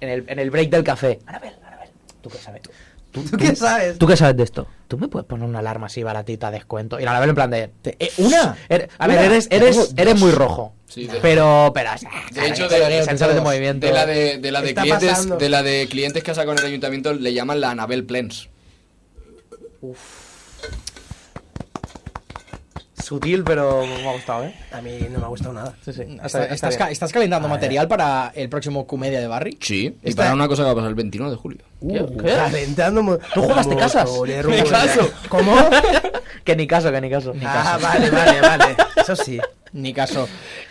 Speaker 3: en el, en el break del café? Anabel, Anabel, ¿tú qué sabes? ¿Tú,
Speaker 1: ¿Tú qué sabes?
Speaker 3: ¿Tú qué sabes de esto? ¿Tú me puedes poner una alarma así baratita, descuento? Y la Anabel en plan de...
Speaker 4: Te- eh, una.
Speaker 3: er- a ver,
Speaker 4: Una.
Speaker 3: eres,
Speaker 4: Tengo
Speaker 3: eres,
Speaker 4: dos.
Speaker 3: eres muy rojo.
Speaker 2: Sí, de-
Speaker 3: pero, pero... o sea,
Speaker 2: De hecho,
Speaker 3: claro,
Speaker 2: de-
Speaker 3: sensores de movimiento...
Speaker 2: de la de, de la de
Speaker 1: Está pasando.
Speaker 2: clientes de la de clientes que ha sacado en el ayuntamiento le llaman la Anabel Plens.
Speaker 3: Sutil, pero me ha gustado, ¿eh?
Speaker 1: A mí no me ha gustado nada.
Speaker 3: Sí, sí.
Speaker 4: Está- estás, ca- estás calentando material para el próximo comedia de Barry. Uh.
Speaker 2: Sí, y
Speaker 1: Está-
Speaker 2: para una cosa que va a pasar el 29 de julio.
Speaker 3: ¿Qué?
Speaker 1: Calentando. mo-
Speaker 3: ¿Eh? ¿Tú juegas, te casas?
Speaker 1: Rumores,
Speaker 3: Me
Speaker 1: rumores.
Speaker 3: caso.
Speaker 1: ¿Cómo?
Speaker 3: *laughs* que ni caso, que ni caso.
Speaker 1: Ah, vale, vale, vale. Eso sí.
Speaker 4: Ni caso.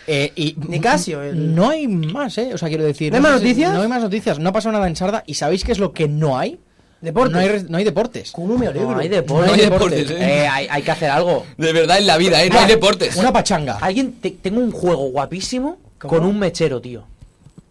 Speaker 4: Eh, y
Speaker 1: Ni Casio, el-
Speaker 4: No hay más, ¿eh? O sea, quiero decir.
Speaker 1: ¿No hay más
Speaker 4: sé si-
Speaker 1: noticias?
Speaker 4: No hay más noticias. No ha pasado nada en Sarda. ¿Y sabéis qué es lo que no hay?
Speaker 1: Deportes.
Speaker 4: No hay, res- no hay deportes.
Speaker 1: ¿Cómo me alegro?
Speaker 3: No hay deporte.
Speaker 2: No hay
Speaker 4: deportes,
Speaker 2: deportes, ¿eh?
Speaker 3: Eh, hay, hay que hacer algo.
Speaker 2: De verdad en la vida, ¿eh? No hay deportes.
Speaker 4: Una pachanga.
Speaker 3: Alguien, te- tengo un juego guapísimo
Speaker 1: ¿Cómo?
Speaker 3: con un mechero, tío. Eh,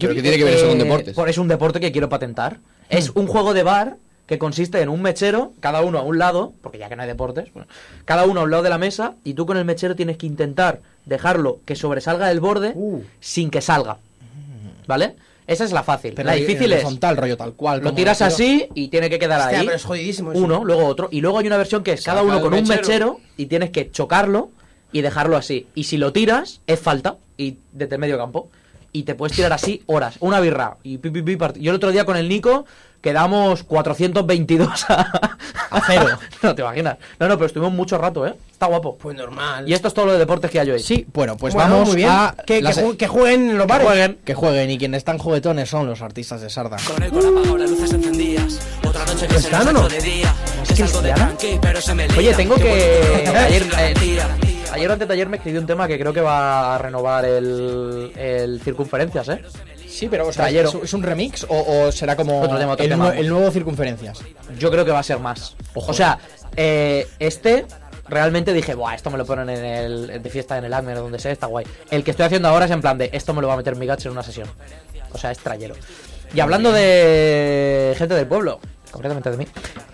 Speaker 2: Pero ¿qué tiene que e- ver eso con deportes? Hmm.
Speaker 3: Por, es un deporte que quiero patentar. Es un juego de bar que consiste en un mechero, cada uno a un lado, porque ya que no hay deportes, bueno, cada uno a un lado de la mesa y tú con el mechero tienes que intentar dejarlo que sobresalga del borde
Speaker 1: Uh.
Speaker 3: sin que salga.
Speaker 2: Hmm.
Speaker 3: ¿Vale? Esa es la fácil.
Speaker 4: Pero
Speaker 3: la
Speaker 2: eh,
Speaker 4: en
Speaker 3: difícil es...
Speaker 4: horizontal, rollo tal cual.
Speaker 3: Lo
Speaker 4: como
Speaker 3: tiras
Speaker 4: tiro.
Speaker 3: así y tiene que quedar
Speaker 1: Hostia,
Speaker 3: ahí.
Speaker 1: pero es jodidísimo eso.
Speaker 3: Uno, luego otro. Y luego hay una versión que es
Speaker 2: Saca
Speaker 3: cada uno
Speaker 2: el
Speaker 3: con un
Speaker 2: mechero.
Speaker 3: mechero y tienes que chocarlo y dejarlo así. Y si lo tiras, es falta. Y desde el medio campo. Y te puedes tirar así horas. Una birra. Y pi, pi, pi, part- Yo el otro día con el Nico quedamos 422 a, a cero. *laughs* no te imaginas. No, no, pero estuvimos mucho rato, ¿eh? Está guapo.
Speaker 1: Pues normal.
Speaker 3: Y esto es todo lo de deportes que ya yo he hecho.
Speaker 4: Sí, bueno, pues
Speaker 1: Bueno,
Speaker 4: vamos
Speaker 1: muy bien.
Speaker 4: a.
Speaker 1: Que- que
Speaker 4: las-
Speaker 3: e-
Speaker 4: eh,
Speaker 1: ju- que jueguen los bares.
Speaker 4: Que jueguen. Y quienes están juguetones son los artistas de Sarda.
Speaker 8: Con el cola apagado, las luces encendidas. Otra noche que se
Speaker 1: ¿Está,
Speaker 8: nos
Speaker 1: no, no?
Speaker 8: ha hecho de día.
Speaker 3: ¿Es
Speaker 8: Es algo de
Speaker 3: cristiana?
Speaker 8: tranqui, pero se me lía.
Speaker 3: Oye, tengo que. *laughs* Ayer, eh,
Speaker 8: Tira.
Speaker 3: ayer o antes de ayer me escribí un tema que creo que va a renovar el, el circunferencias, ¿eh?
Speaker 4: Sí, pero o
Speaker 3: sea,
Speaker 4: ¿es,
Speaker 3: ¿es-
Speaker 4: un remix o, será como
Speaker 3: el
Speaker 4: el,
Speaker 3: nue- el
Speaker 4: nuevo Circunferencias?
Speaker 3: Yo creo que va a ser más. O sea, eh, este realmente dije, Buah, esto me lo ponen en el, de fiesta en el Acme o donde sea, está guay. El que estoy haciendo ahora es en plan de, esto me lo va a meter mi gacho en una sesión. O sea, es trayero. Y hablando de gente del pueblo, concretamente de mí.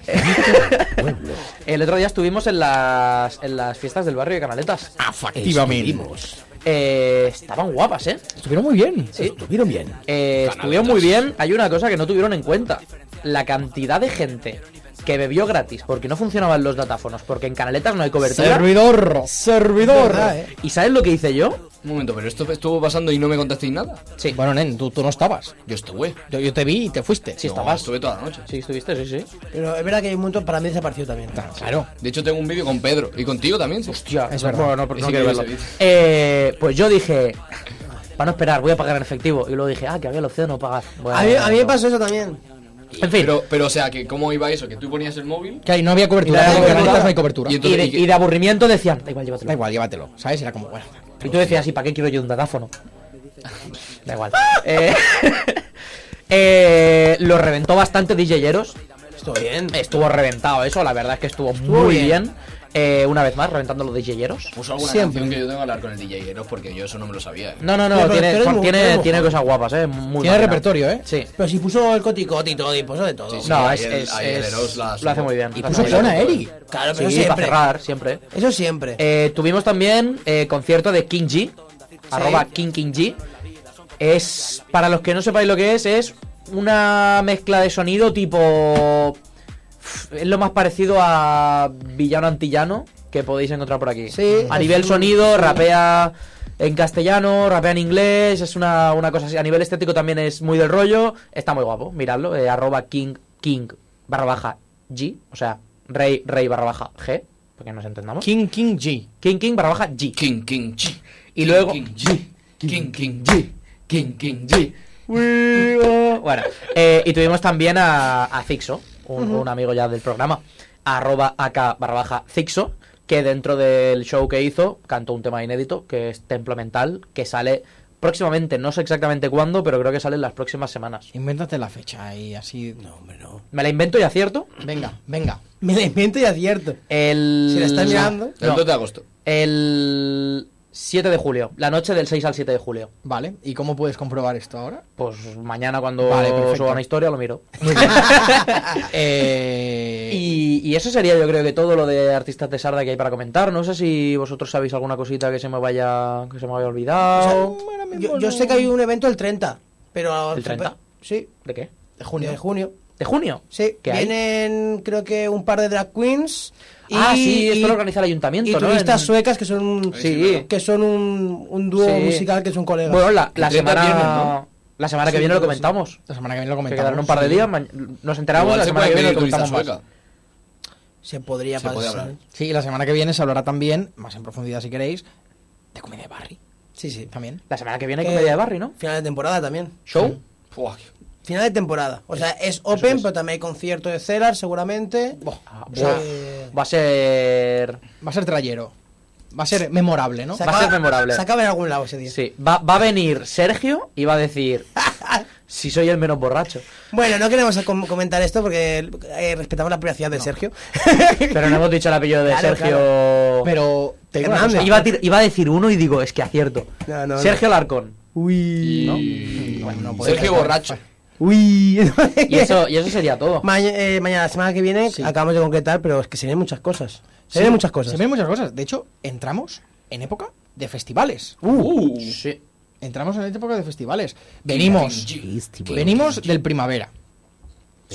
Speaker 3: *laughs* el otro día estuvimos en las, en las fiestas del barrio de Canaletas.
Speaker 4: Efectivamente.
Speaker 3: eh, estaban guapas, ¿eh?
Speaker 4: Estuvieron muy bien.
Speaker 3: Sí.
Speaker 1: Estuvieron bien.
Speaker 3: Eh, estuvieron muy bien. Hay una cosa que no tuvieron en cuenta. La cantidad de gente que bebió gratis porque no funcionaban los datáfonos, porque en canaletas no hay cobertura.
Speaker 4: Servidor. Servidor.
Speaker 1: ¿eh?
Speaker 3: ¿Y sabes lo que hice yo?
Speaker 2: Un momento, pero esto estuvo pasando y no me contasteis nada.
Speaker 3: Sí.
Speaker 4: Bueno, nen, tú, tú no estabas.
Speaker 2: Yo estuve.
Speaker 4: Yo, yo te vi y te fuiste.
Speaker 3: Sí,
Speaker 2: No,
Speaker 3: estabas.
Speaker 2: Estuve toda la noche.
Speaker 3: Sí, estuviste, sí, sí.
Speaker 1: Pero es verdad que hay un montón para mí desapareció también.
Speaker 4: Claro.
Speaker 2: De hecho, tengo un vídeo con Pedro y contigo también. sí.
Speaker 3: Hostia,
Speaker 4: Es
Speaker 3: no-
Speaker 4: verdad.
Speaker 3: bueno, no,
Speaker 2: Ese
Speaker 3: no
Speaker 2: pues que
Speaker 3: quiero
Speaker 2: yo
Speaker 3: verlo.
Speaker 2: se dice.
Speaker 3: Eh, pues yo dije, para no esperar, voy a pagar en efectivo. Y luego dije, ah, que había la opción de no pagar. Bueno,
Speaker 1: A mí, a mí me
Speaker 3: no.
Speaker 1: pasó eso también.
Speaker 3: En fin,
Speaker 2: Pero, pero, o sea, que ¿cómo iba eso? Que tú ponías el móvil.
Speaker 4: Que ahí no había cobertura.
Speaker 3: Y no
Speaker 4: en
Speaker 3: había
Speaker 4: Canaletas
Speaker 3: cobertura.
Speaker 4: no hay cobertura.
Speaker 2: Y
Speaker 3: y,
Speaker 2: entonces-
Speaker 3: de,
Speaker 2: y que-
Speaker 3: y de aburrimiento decían, da igual,
Speaker 4: Da
Speaker 3: llévatelo.
Speaker 4: igual, llévatelo. ¿Sabes? Era como, bueno.
Speaker 3: Y tú decías, ¿y para qué quiero yo un datáfono? Da igual. Eh, *laughs* eh, lo reventó bastante DJeros.
Speaker 1: Estuvo bien.
Speaker 3: Estuvo reventado eso, la verdad es que estuvo muy bien. Eh, una vez más, reventando los DJeros.
Speaker 2: Puso alguna
Speaker 4: Siempre.
Speaker 2: canción que yo tengo que hablar con el DJ Eros porque yo eso no me lo sabía. ¿eh?
Speaker 3: No, no,
Speaker 1: Oye,
Speaker 3: no,
Speaker 1: pero
Speaker 3: tiene,
Speaker 1: tú eres mu- tú eres
Speaker 3: tiene,
Speaker 1: mu-
Speaker 3: tiene cosas guapas, eh. Muy
Speaker 4: Tiene
Speaker 3: máquina.
Speaker 4: repertorio, ¿eh?
Speaker 3: Sí.
Speaker 1: Pero si puso el coticote y todo, y puso pues de todo.
Speaker 2: Sí, sí.
Speaker 3: No, es,
Speaker 2: ayer-
Speaker 3: es,
Speaker 2: ayer
Speaker 3: es-
Speaker 2: Eros la
Speaker 3: lo hace
Speaker 2: supo.
Speaker 3: muy bien.
Speaker 2: Y
Speaker 3: lo hace
Speaker 4: Puso
Speaker 3: muy bien.
Speaker 4: buena, Eri.
Speaker 1: Claro, ¿eh? pero eso
Speaker 3: Sí, para
Speaker 1: siempre.
Speaker 3: cerrar, siempre.
Speaker 1: Eso siempre.
Speaker 3: Eh, tuvimos también eh, concierto de King G, arroba King King G. Es, para los que no sepáis lo que es, es una mezcla de sonido tipo... Es lo más parecido a Villano Antillano que podéis encontrar por aquí.
Speaker 1: Sí,
Speaker 3: a
Speaker 1: es
Speaker 3: nivel
Speaker 1: un-
Speaker 3: sonido, rapea en castellano, rapea en inglés, es una, una cosa así. A nivel estético también es muy del rollo. Está muy guapo, miradlo. eh, arroba King King barra baja G, o sea, Rey Rey barra baja G, para que nos entendamos.
Speaker 4: King King G.
Speaker 3: King King barra baja G.
Speaker 2: King King G.
Speaker 3: Y luego-
Speaker 2: King G. King King G. King King G.
Speaker 3: Bueno, eh, y tuvimos también a, a Zixo, un, un amigo ya del programa, arroba AK barra baja Zixo, que dentro del show que hizo cantó un tema inédito, que es Templo Mental, que sale próximamente, no sé exactamente cuándo, pero creo que sale en las próximas semanas.
Speaker 4: Invéntate la fecha y así. No, hombre, no.
Speaker 3: Me la invento y acierto.
Speaker 4: Venga, venga.
Speaker 1: Me desmiento y acierto.
Speaker 3: El...
Speaker 1: Si la estás mirando.
Speaker 2: El
Speaker 3: No,
Speaker 2: 2 de agosto.
Speaker 3: el 7 de julio, la noche del 6 al 7 de julio.
Speaker 4: Vale. ¿Y cómo puedes comprobar esto ahora?
Speaker 3: Pues mañana cuando
Speaker 4: Vale, perfecto.
Speaker 3: suba una historia lo miro.
Speaker 4: *laughs* eh...
Speaker 3: Y, y eso sería yo creo que todo lo de artistas de Sarda que hay para comentar. No sé si vosotros sabéis alguna cosita que se me vaya que se me haya olvidado.
Speaker 1: Yo, yo sé que hay un evento el 30, pero...
Speaker 3: ¿El 30?
Speaker 1: Sí,
Speaker 3: ¿De qué?
Speaker 1: de junio. De junio.
Speaker 3: ¿De junio?
Speaker 1: Sí,
Speaker 3: ¿Qué hay?
Speaker 1: vienen creo que un par de drag queens. Y,
Speaker 3: Ah, sí, esto lo organiza el
Speaker 1: y
Speaker 3: ayuntamiento, ¿no?
Speaker 1: turistas
Speaker 3: En-
Speaker 1: suecas que son, un-
Speaker 3: Sí.
Speaker 1: que son un, un dúo
Speaker 3: Sí.
Speaker 1: musical que son colegas.
Speaker 3: Bueno, la, la
Speaker 2: El 30
Speaker 3: semana
Speaker 2: viernes, ¿no?
Speaker 3: la semana que
Speaker 1: Sí,
Speaker 3: viene lo
Speaker 1: sí.
Speaker 3: comentamos.
Speaker 4: La semana que viene lo
Speaker 3: Que
Speaker 4: comentamos.
Speaker 3: quedarán un par de
Speaker 4: sí.
Speaker 3: días, ma- nos enteramos
Speaker 2: Igual
Speaker 3: la
Speaker 2: se
Speaker 3: semana
Speaker 2: puede
Speaker 3: que viene
Speaker 2: pedir
Speaker 3: lo
Speaker 2: turista
Speaker 3: comentamos más.
Speaker 2: sueca.
Speaker 1: se podría
Speaker 2: Se
Speaker 1: pasar.
Speaker 2: puede hablar.
Speaker 4: Sí, y la semana que viene se hablará también, más en profundidad si queréis, de comida de Barry.
Speaker 1: Sí, sí.
Speaker 4: También.
Speaker 3: La semana que viene hay
Speaker 1: Que-
Speaker 3: comedia de Barry, ¿no?
Speaker 1: Eh, Final de temporada también.
Speaker 3: Show.
Speaker 2: Buah,
Speaker 1: Final de temporada. O sea, es open, pero también hay concierto de Celar seguramente.
Speaker 3: Ah,
Speaker 1: O sea,
Speaker 3: buah. Va a ser
Speaker 4: Va a ser trayero. Va a ser memorable, ¿no?
Speaker 1: se
Speaker 3: Va a
Speaker 1: acaba-
Speaker 3: ser memorable.
Speaker 1: Se acaba en algún lado ese día.
Speaker 3: Sí, va, va a venir Sergio y va a decir si soy el menos borracho.
Speaker 1: Bueno, no queremos com- comentar esto porque eh, respetamos la privacidad de Sergio.
Speaker 3: *laughs* Pero no hemos dicho el apellido de
Speaker 1: Claro,
Speaker 3: Sergio.
Speaker 4: Pero te digo una
Speaker 1: Hernández.
Speaker 4: cosa,
Speaker 3: Iba a, tir- iba a decir uno y digo, es que acierto.
Speaker 1: No, no,
Speaker 3: Sergio Larcón.
Speaker 2: Y... pues
Speaker 4: no puede
Speaker 2: Sergio
Speaker 4: ser.
Speaker 2: Borracho.
Speaker 1: Uy.
Speaker 4: *laughs*
Speaker 1: *laughs*
Speaker 3: Y eso, y eso sería todo.
Speaker 1: Ma- eh, mañana, la semana que viene,
Speaker 4: Sí.
Speaker 1: acabamos de concretar, pero es que se vienen muchas cosas. Se
Speaker 4: sí,
Speaker 1: vienen muchas cosas.
Speaker 4: Se vienen muchas cosas. De hecho, entramos en época de festivales.
Speaker 2: Uh.
Speaker 3: Sí.
Speaker 4: Entramos en época de festivales. Venimos. Venimos del primavera.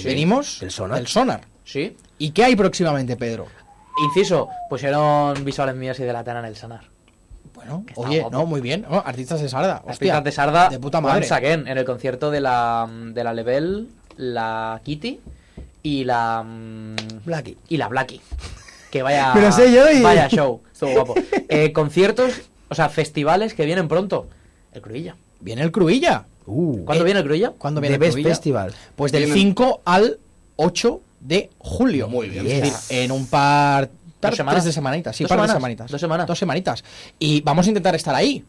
Speaker 4: Venimos
Speaker 1: del Sonar.
Speaker 4: del sonar.
Speaker 3: Sí.
Speaker 4: ¿Y qué hay próximamente, Pedro?
Speaker 3: Inciso, pusieron visuales mías y de la tana en el sanar.
Speaker 4: Bueno,
Speaker 3: está
Speaker 4: oye,
Speaker 3: guapo.
Speaker 4: no, muy bien. No, artistas de Sarda. Hostia,
Speaker 3: Artistas de Sarda,
Speaker 4: De puta madre.
Speaker 3: once again, en el concierto de la, de la Level, la Kitty y la. mm,
Speaker 1: Blacky.
Speaker 3: y la Blacky. Que
Speaker 4: *laughs*
Speaker 3: vaya.
Speaker 1: Me lo sé yo y-
Speaker 3: Vaya show. Estuvo guapo. Eh, conciertos, o sea, festivales que vienen pronto. El Cruilla.
Speaker 4: Viene el Cruilla.
Speaker 3: ¿Cuándo
Speaker 4: Eh,
Speaker 3: viene el Cruilla?
Speaker 4: ¿Cuándo
Speaker 1: Uh. The
Speaker 4: viene el
Speaker 1: Best
Speaker 4: Cruilla?
Speaker 1: Festival.
Speaker 4: Pues del
Speaker 2: Viene-
Speaker 4: 5 al 8 de julio.
Speaker 2: Muy bien.
Speaker 1: Yes.
Speaker 4: Es decir, en un par. tar-
Speaker 3: semanas.
Speaker 4: Tres de semanitas, sí,
Speaker 3: Dos
Speaker 4: par de
Speaker 3: semanas.
Speaker 4: semanitas.
Speaker 3: Dos semanas.
Speaker 4: Dos semanitas. Y vamos a intentar estar ahí.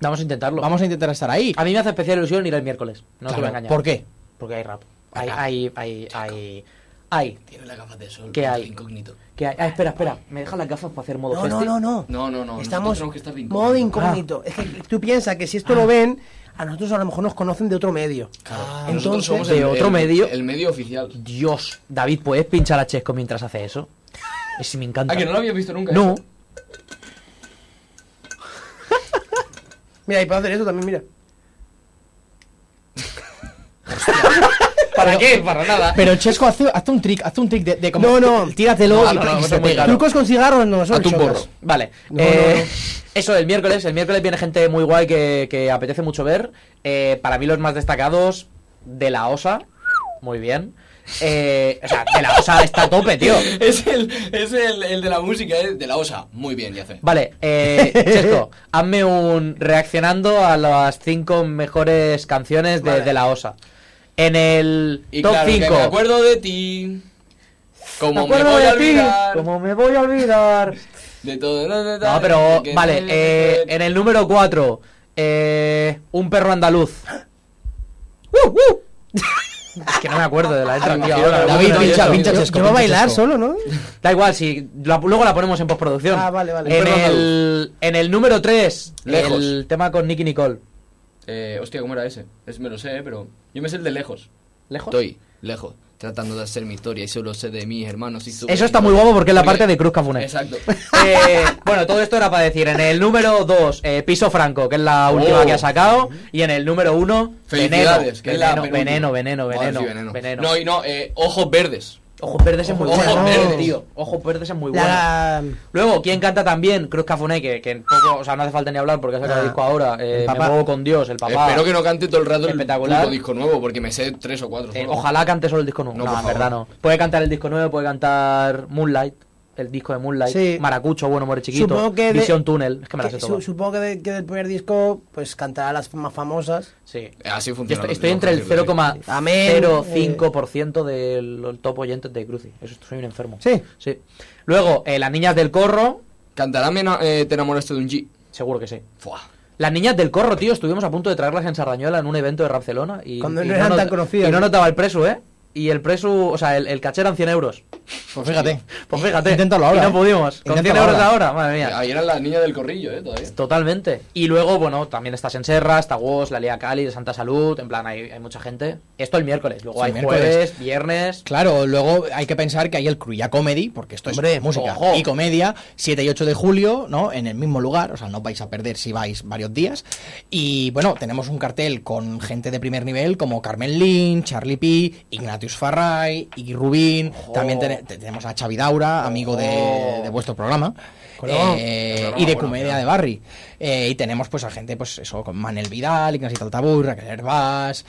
Speaker 3: Vamos a intentarlo.
Speaker 4: Vamos a intentar estar ahí.
Speaker 3: A mí me hace especial ilusión ir el miércoles. No te
Speaker 4: Claro,
Speaker 3: voy a engañar.
Speaker 4: ¿Por qué?
Speaker 3: Porque hay rap. Hay, hay, hay, hay. Hay.
Speaker 2: Tiene la gafas de sol.
Speaker 3: ¿Qué hay?
Speaker 2: Incógnito.
Speaker 3: Que hay. Ah, espera, espera. Me dejan las gafas para hacer modo
Speaker 1: No, no,
Speaker 3: festi?
Speaker 1: no, no.
Speaker 2: No, no, no, nosotros
Speaker 1: Estamos
Speaker 2: tenemos que estar Ah. de incógnito.
Speaker 1: modo incógnito. Es que tú piensas que si esto
Speaker 3: Ah.
Speaker 1: lo ven, a nosotros a lo mejor nos conocen de otro medio.
Speaker 2: Nosotros
Speaker 1: Entonces,
Speaker 2: somos
Speaker 3: de
Speaker 2: el-
Speaker 3: otro
Speaker 2: el-
Speaker 3: medio.
Speaker 2: El medio oficial.
Speaker 3: Dios, David, ¿puedes pinchar a Chesco mientras hace eso? Es me encanta. ¿eh?
Speaker 2: Ah, que no lo habías visto nunca.
Speaker 3: No.
Speaker 2: esto?
Speaker 1: Mira, y puedo hacer eso también, mira.
Speaker 3: *laughs* ¿Para qué? Para nada.
Speaker 4: Pero Chesco, haz, haz un trick, haz un trick de, de como.
Speaker 1: No, no.
Speaker 4: Tíratelo
Speaker 3: No,
Speaker 4: y
Speaker 3: no, no,
Speaker 4: y
Speaker 3: eso
Speaker 4: se
Speaker 3: es muy
Speaker 4: pega.
Speaker 3: Claro.
Speaker 1: Trucos con cigarros no, son
Speaker 2: Hazte un
Speaker 1: chocas.
Speaker 2: borro.
Speaker 3: Vale.
Speaker 1: No,
Speaker 3: eh,
Speaker 1: no, no.
Speaker 3: Eso, el miércoles. El miércoles viene gente muy guay que, que apetece mucho ver. Eh, para mí los más destacados de la OSA. Muy bien. Eh, o sea, de la OSA está a tope, tío.
Speaker 2: ¿eh? *laughs* Es el, es el, el de la música, eh, de la osa. Muy bien, ya hace.
Speaker 3: Vale, *laughs* eh, Chesco, hazme un reaccionando a las cinco mejores canciones de,
Speaker 1: Vale.
Speaker 3: de la OSA. En el
Speaker 2: Y
Speaker 3: top
Speaker 2: claro, que
Speaker 3: 5.
Speaker 2: me acuerdo de ti. Como me,
Speaker 3: acuerdo
Speaker 2: voy a
Speaker 3: de ti,
Speaker 2: olvidar.
Speaker 3: como me voy a
Speaker 2: *laughs*
Speaker 3: olvidar.
Speaker 2: De todo. No, no,
Speaker 3: No, pero vale, eh, en el número 4, un perro andaluz. ¡Uh, Es *laughs* que no me acuerdo de la letra, tío,
Speaker 2: imagino
Speaker 3: ahora.
Speaker 2: que
Speaker 4: David,
Speaker 2: Bueno,
Speaker 4: pincha,
Speaker 2: yo-
Speaker 4: pincha
Speaker 2: yo-
Speaker 4: Chesco.
Speaker 1: Yo voy a
Speaker 4: pincha
Speaker 1: bailar
Speaker 4: Chesco.
Speaker 1: solo, ¿no?
Speaker 3: Da igual, si la- luego la ponemos en postproducción.
Speaker 1: Ah, vale, vale.
Speaker 3: En
Speaker 2: Un perro
Speaker 3: el, en el número 3,
Speaker 2: Lejos.
Speaker 3: el tema con Nicky Nicole.
Speaker 2: Eh, hostia, ¿cómo era ese? Es, me lo sé, eh, pero. Yo me sé el de lejos.
Speaker 3: ¿Lejos?
Speaker 2: Estoy lejos, tratando de hacer mi historia y solo sé de mis hermanos y su.
Speaker 3: Eso está muy guapo porque es la parte de Cruz Cafuné. *laughs*
Speaker 2: Exacto.
Speaker 3: Eh, bueno, todo esto era para decir, en el número 2, Piso Franco, que es la última
Speaker 2: Oh.
Speaker 3: que ha sacado, y en el número 1, Veneno,
Speaker 2: Felicidades, que es la
Speaker 3: veneno,
Speaker 2: penúltima.
Speaker 3: veneno, veneno,
Speaker 2: Madre,
Speaker 3: veneno,
Speaker 2: sí,
Speaker 3: veneno,
Speaker 2: No, y no, eh, ojos verdes.
Speaker 3: Ojos verdes es muy
Speaker 2: Ojos
Speaker 3: bueno,
Speaker 2: verdes.
Speaker 3: tío. Ojos verdes es muy bueno.
Speaker 1: La...
Speaker 3: Luego, ¿quién canta también? Cruz Cafuné, que, que poco, o sea, no hace falta ni hablar porque ha sacado
Speaker 1: Ah,
Speaker 3: el disco ahora. eh,
Speaker 1: el
Speaker 3: me
Speaker 1: papá.
Speaker 3: muevo con Dios, el papá.
Speaker 2: Espero que no cante todo el rato el
Speaker 3: Espectacular.
Speaker 2: puto disco nuevo, porque me sé tres o cuatro.
Speaker 3: Eh,
Speaker 2: solo.
Speaker 3: ojalá cante solo el disco nuevo.
Speaker 2: No,
Speaker 3: No,
Speaker 2: por
Speaker 3: en verdad no. Puede cantar el disco nuevo, puede cantar Moonlight, el disco de Moonlight,
Speaker 1: Sí.
Speaker 3: Maracucho, bueno, More Chiquito,
Speaker 1: Supongo que de-
Speaker 3: Visión Túnel, es que me las sé
Speaker 1: que
Speaker 3: todas.
Speaker 1: su- supongo que, de- que del primer disco pues cantará las más famosas.
Speaker 3: Sí.
Speaker 2: Eh, Así
Speaker 3: Yo
Speaker 2: funciona.
Speaker 3: estoy,
Speaker 2: lo-
Speaker 3: estoy
Speaker 2: lo
Speaker 3: entre el
Speaker 2: fácil, lo sé.
Speaker 1: Amén.
Speaker 3: 0,05% del del top oyentes de Cruci. Eso soy un enfermo.
Speaker 1: Sí.
Speaker 3: Sí. Luego, eh, las niñas del corro,
Speaker 2: Cantará Mena- eh, Te enamoraste de un G.
Speaker 3: seguro que sí.
Speaker 2: Fuah.
Speaker 3: Las niñas del corro, tío, estuvimos a punto de traerlas en Sardañola en un evento de Barcelona y,
Speaker 1: Cuando
Speaker 3: y
Speaker 1: no eran
Speaker 3: nos-
Speaker 1: tan conocidas.
Speaker 3: Y no notaba el preso, ¿eh? Y el preso, o sea, el, el caché eran 100 euros.
Speaker 4: Pues fíjate.
Speaker 3: Pues fíjate.
Speaker 4: Inténtalo ahora,
Speaker 3: Y no
Speaker 4: ¿eh?
Speaker 3: pudimos. Con 100
Speaker 4: Inténtalo
Speaker 3: euros
Speaker 4: ahora.
Speaker 3: ahora, madre mía.
Speaker 2: Eh, Ahí eran las niñas del corrillo, eh, todavía.
Speaker 3: Totalmente. Y luego, bueno, también está Senserra, está Woz, la Lía Cali, de Santa Salud, en plan, hay, hay mucha gente. Esto el miércoles, luego
Speaker 4: Sí,
Speaker 3: hay
Speaker 4: miércoles.
Speaker 3: jueves, viernes.
Speaker 4: Claro, luego hay que pensar que hay el Cruya Comedy, porque esto es música
Speaker 3: ojo.
Speaker 4: y comedia, 7 y 8 de julio, ¿no? En el mismo lugar, o sea, no vais a perder si vais varios días. Y bueno, tenemos un cartel con gente de primer nivel como Carmen Lin, Charlie P, Ignatius Farray, Iggy Rubín, también ten- te- tenemos a Xavi Daura, amigo de, de vuestro programa. eh, y de comedia de Barry Eh, y tenemos pues a gente pues eso con Manel Vidal, Ignacio Taltaburra, Raquel Herbás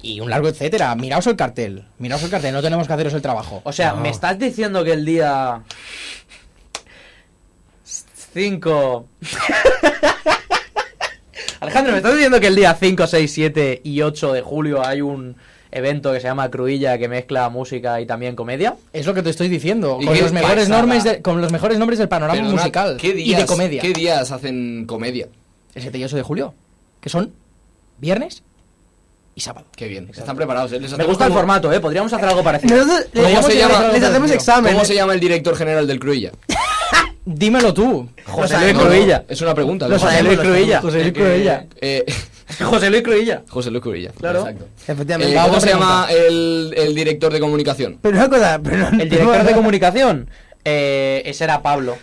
Speaker 4: y un largo etcétera. Miraos el cartel, miraos el cartel, no tenemos que haceros el trabajo.
Speaker 3: O sea, ¿me estás diciendo que el día 5... *laughs* Alejandro, ¿me estás diciendo que el día 5, 6, 7 y 8 de julio hay un evento que se llama Cruilla que mezcla música y también comedia?
Speaker 4: Es lo que te estoy diciendo,
Speaker 2: ¿Y
Speaker 4: con
Speaker 2: qué
Speaker 4: los, mejores
Speaker 2: pasada?
Speaker 4: nombres de- con los mejores nombres del panorama
Speaker 2: Perdona,
Speaker 4: musical
Speaker 2: ¿qué
Speaker 4: y
Speaker 2: días,
Speaker 4: de comedia.
Speaker 2: ¿Qué días hacen comedia?
Speaker 4: El 7 y 8 de julio, que son viernes y sábado.
Speaker 2: Qué bien. Están preparados, eh, les
Speaker 3: Me
Speaker 2: hacemos
Speaker 3: gusta el
Speaker 2: como-
Speaker 3: formato, ¿eh? Podríamos hacer algo parecido.
Speaker 1: Nosotros
Speaker 2: ¿Cómo
Speaker 1: les,
Speaker 2: se llama?
Speaker 1: les hacemos examen.
Speaker 2: ¿Cómo se llama el director general del Cruilla?
Speaker 4: Dímelo tú.
Speaker 3: José
Speaker 2: No,
Speaker 3: Luis
Speaker 2: no,
Speaker 3: Cruilla.
Speaker 2: es una pregunta.
Speaker 3: Lo
Speaker 2: ¿no?
Speaker 3: sabemos, Luis Cruilla.
Speaker 4: José Luis
Speaker 2: Eh,
Speaker 4: Cruella.
Speaker 2: eh, *laughs*
Speaker 3: José Luis Cruilla.
Speaker 2: José Luis Cruilla.
Speaker 3: Claro.
Speaker 2: Exacto.
Speaker 1: Efectivamente.
Speaker 2: Eh, ¿Cómo
Speaker 4: otra
Speaker 2: se
Speaker 4: pregunta.
Speaker 2: llama el, el director de comunicación?
Speaker 1: Pero una cosa, pero
Speaker 3: El director
Speaker 1: *laughs*
Speaker 3: de comunicación. eh, ese era Pablo.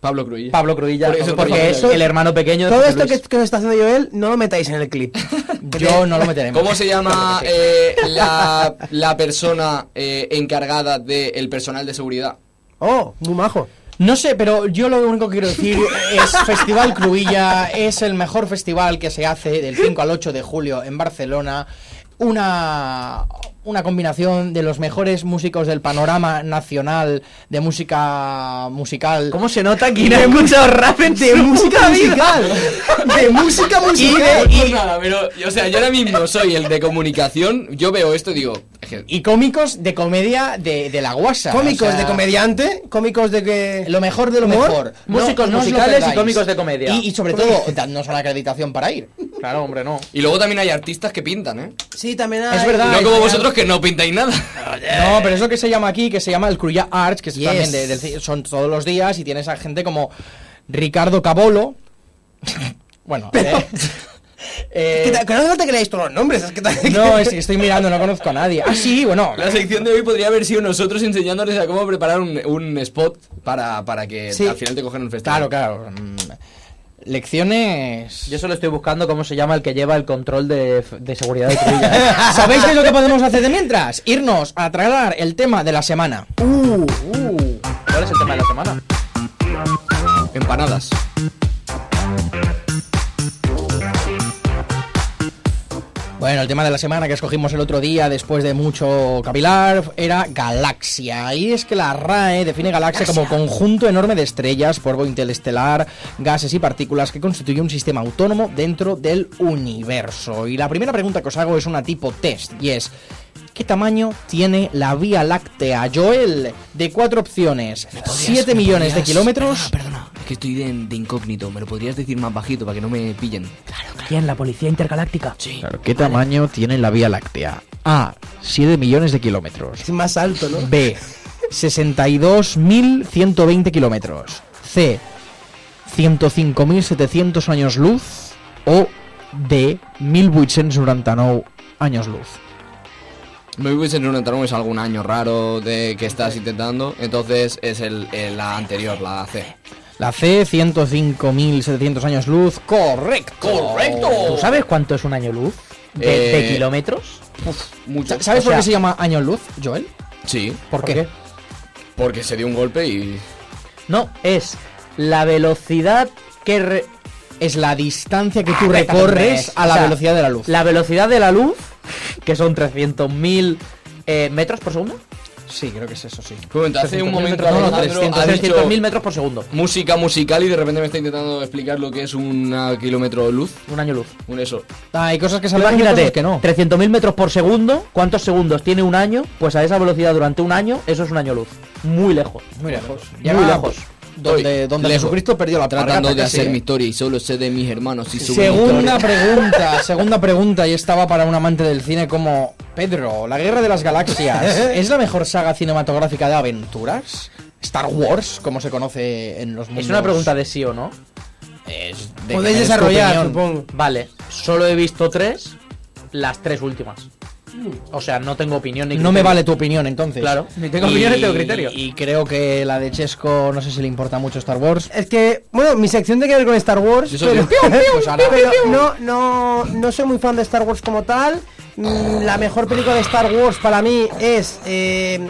Speaker 2: Pablo Cruilla.
Speaker 3: Pablo Cruilla.
Speaker 2: Por eso-
Speaker 3: porque
Speaker 2: por
Speaker 3: es
Speaker 2: eso-
Speaker 3: el hermano pequeño de
Speaker 1: Todo
Speaker 3: José
Speaker 1: esto que,
Speaker 3: Luis.
Speaker 1: que os está haciendo Joel, no lo metáis en el clip.
Speaker 4: Yo no lo meteré.
Speaker 2: ¿Cómo se llama eh, la, la persona eh, encargada del personal de seguridad?
Speaker 1: Oh, muy majo.
Speaker 4: No sé, pero yo lo único que quiero decir es Festival Cruilla es el mejor festival que se hace del 5 al 8 de julio en Barcelona. Una, una combinación de los mejores músicos del panorama nacional de música musical.
Speaker 3: ¿Cómo se nota
Speaker 1: *laughs*
Speaker 3: que no hay mucho rap en
Speaker 1: De música musical. De música musical.
Speaker 2: Pues nada, pero, o sea, yo ahora mismo soy el de comunicación, yo veo esto y digo, es que-
Speaker 4: Y cómicos de comedia de, de la guasa.
Speaker 1: Cómicos
Speaker 4: o sea,
Speaker 1: de comediante, cómicos de que...
Speaker 4: Lo mejor de lo
Speaker 1: Humor,
Speaker 4: mejor.
Speaker 3: músicos
Speaker 4: os lo
Speaker 3: musicales y
Speaker 4: perdáis.
Speaker 3: cómicos de comedia.
Speaker 4: Y, y
Speaker 3: *laughs*
Speaker 4: sobre todo, dadnos una acreditación para ir.
Speaker 3: Claro, hombre, no.
Speaker 2: Y luego también hay artistas que pintan, ¿eh?
Speaker 1: Sí, también
Speaker 4: Es verdad.
Speaker 2: no
Speaker 4: Ay,
Speaker 2: como
Speaker 4: genial.
Speaker 2: vosotros que no pintáis nada.
Speaker 4: No, pero es lo que se llama aquí, que se llama el Cruya Arts, que es
Speaker 1: Yes.
Speaker 4: también de- del- son todos los días y tienes a gente como Ricardo Cabolo. *laughs* bueno,
Speaker 1: *laughs*
Speaker 4: eh, eh,
Speaker 1: Que, ta- que no hace falta que leáis todos los nombres. Es que ta-
Speaker 4: no, es que estoy mirando, no conozco a nadie. Ah, sí, bueno.
Speaker 2: La sección de hoy podría haber sido nosotros enseñándoles a cómo preparar un, un spot para, para que
Speaker 1: Sí.
Speaker 2: al final te cojan el festival.
Speaker 4: Claro, claro. mm, Lecciones. *laughs*
Speaker 3: Yo solo estoy buscando cómo se llama el que lleva el control de, de seguridad de Cruilla. ¿eh?
Speaker 4: ¿Sabéis qué es lo que podemos hacer de mientras? Irnos a tragar el tema de la semana.
Speaker 3: ¿Cuál es el tema de la semana?
Speaker 2: Empanadas.
Speaker 4: Bueno, el tema de la semana que escogimos el otro día después de mucho cavilar era galaxia. Y es que la RAE define galaxia, como conjunto enorme de estrellas, polvo interestelar, gases y partículas que constituye un sistema autónomo dentro del universo. Y la primera pregunta que os hago es una tipo test y es ¿Qué tamaño tiene la Vía Láctea? Joel, de cuatro opciones, ¿7 millones de kilómetros?
Speaker 2: Perdona, es que estoy de, de incógnito. ¿Me lo podrías decir más bajito para que no me pillen?
Speaker 9: ¿Quién? La policía intergaláctica.
Speaker 4: Claro, ¿Qué tamaño tiene la Vía Láctea? A. 7 millones de
Speaker 1: *laughs*
Speaker 4: kilómetros.
Speaker 1: Es más alto, ¿no?
Speaker 4: B. 62.120 kilómetros. C. 105.700 años luz. O D. 1.899 años luz.
Speaker 2: Me hubiesen en un es algún año raro de que estás intentando. Entonces es el, el- la anterior, la C.
Speaker 4: La C, 105.700 años luz. ¡Correcto!
Speaker 3: ¿Tú sabes cuánto es un año luz? ¿De, de
Speaker 2: Eh,
Speaker 3: kilómetros?
Speaker 2: Mucho.
Speaker 4: Sa- ¿Sabes
Speaker 3: O
Speaker 4: por
Speaker 3: sea-
Speaker 4: qué se llama año luz, Joel?
Speaker 2: Sí,
Speaker 4: ¿Por qué?
Speaker 2: porque se dio un golpe y.
Speaker 3: No, es la velocidad que... re-
Speaker 4: Es la distancia que tú
Speaker 3: Ah,
Speaker 4: recorres a la
Speaker 3: o sea,
Speaker 4: velocidad de la luz.
Speaker 3: La velocidad de la luz, que son 300.000 eh, metros por segundo.
Speaker 4: Sí, creo que es eso, sí.
Speaker 2: Un momento, hace un
Speaker 3: 300.000
Speaker 2: momento
Speaker 3: metros por segundo.
Speaker 2: Alejandro ha
Speaker 3: 300.000
Speaker 2: dicho
Speaker 3: metros por segundo.
Speaker 2: música musical y de repente me está intentando explicar lo que es un kilómetro luz.
Speaker 3: Un año luz.
Speaker 2: Un eso.
Speaker 4: Ah, hay cosas que
Speaker 3: Tú
Speaker 4: sabemos y
Speaker 3: Imagínate,
Speaker 4: cosas que no.
Speaker 3: 300.000 metros por segundo, ¿cuántos segundos tiene un año? Pues a esa velocidad durante un año, eso es un año luz. Muy lejos.
Speaker 4: Muy lejos.
Speaker 3: muy lejos.
Speaker 4: Donde,
Speaker 2: Estoy
Speaker 4: donde
Speaker 2: lejos.
Speaker 4: Jesucristo perdió la tratando
Speaker 2: Tratando de hacer mi historia y solo sé de mis hermanos y su
Speaker 4: Segunda pregunta, segunda pregunta, y estaba para un amante del cine como Pedro, la guerra de las galaxias, ¿es la mejor saga cinematográfica de aventuras? Star Wars, como se conoce en los mundos.
Speaker 3: Es una pregunta de sí o no.
Speaker 4: Es
Speaker 1: Podéis
Speaker 4: de que me des tu
Speaker 1: desarrollar,
Speaker 4: opinión.
Speaker 1: supongo.
Speaker 3: Vale, solo he visto tres, las tres últimas. O sea, no tengo opinión ni
Speaker 4: No me
Speaker 3: criterio.
Speaker 4: vale tu opinión, entonces.
Speaker 3: Claro, ni tengo opinión ni tengo criterio.
Speaker 4: Y creo que la de Chesco, no sé si le importa mucho Star Wars.
Speaker 1: Es que, bueno, mi sección tiene que ver con Star Wars.
Speaker 2: Yo soy
Speaker 1: Pero,
Speaker 2: yo.
Speaker 1: *laughs*
Speaker 4: Pues ahora-
Speaker 1: pero no, no, no soy muy fan de Star Wars como tal. Mm, La mejor película de Star Wars para mí es eh,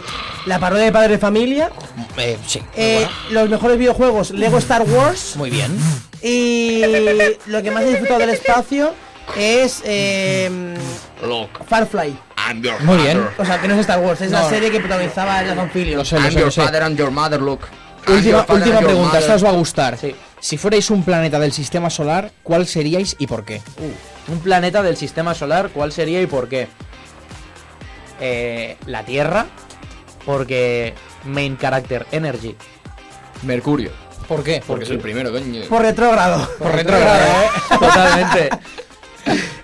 Speaker 1: la parodia de Padre de Familia.
Speaker 4: Eh, sí, muy
Speaker 1: eh,
Speaker 4: buena. Mm,
Speaker 1: Los mejores videojuegos, Lego Star Wars.
Speaker 4: muy bien.
Speaker 1: *laughs* Y lo que más he disfrutado del espacio es eh, Firefly.
Speaker 4: Muy bien.
Speaker 1: O sea, que no es Star Wars, es
Speaker 4: No.
Speaker 1: la serie que protagonizaba el Fillion.
Speaker 4: Pues Lo sé, lo sé, lo sé.
Speaker 2: and your mother, look.
Speaker 1: Ah,
Speaker 4: Última, última pregunta, esta os va a gustar.
Speaker 3: Sí.
Speaker 4: Si fuerais un planeta del sistema solar, ¿cuál seríais y por qué?
Speaker 3: uh, Un planeta del sistema solar, ¿cuál sería y por qué? Eh, la Tierra, porque main character energy.
Speaker 2: Mercurio.
Speaker 4: ¿Por qué?
Speaker 2: Porque es el primero, coño.
Speaker 1: Por retrógrado.
Speaker 4: Por retrógrado, ¿eh?
Speaker 3: *laughs* Totalmente.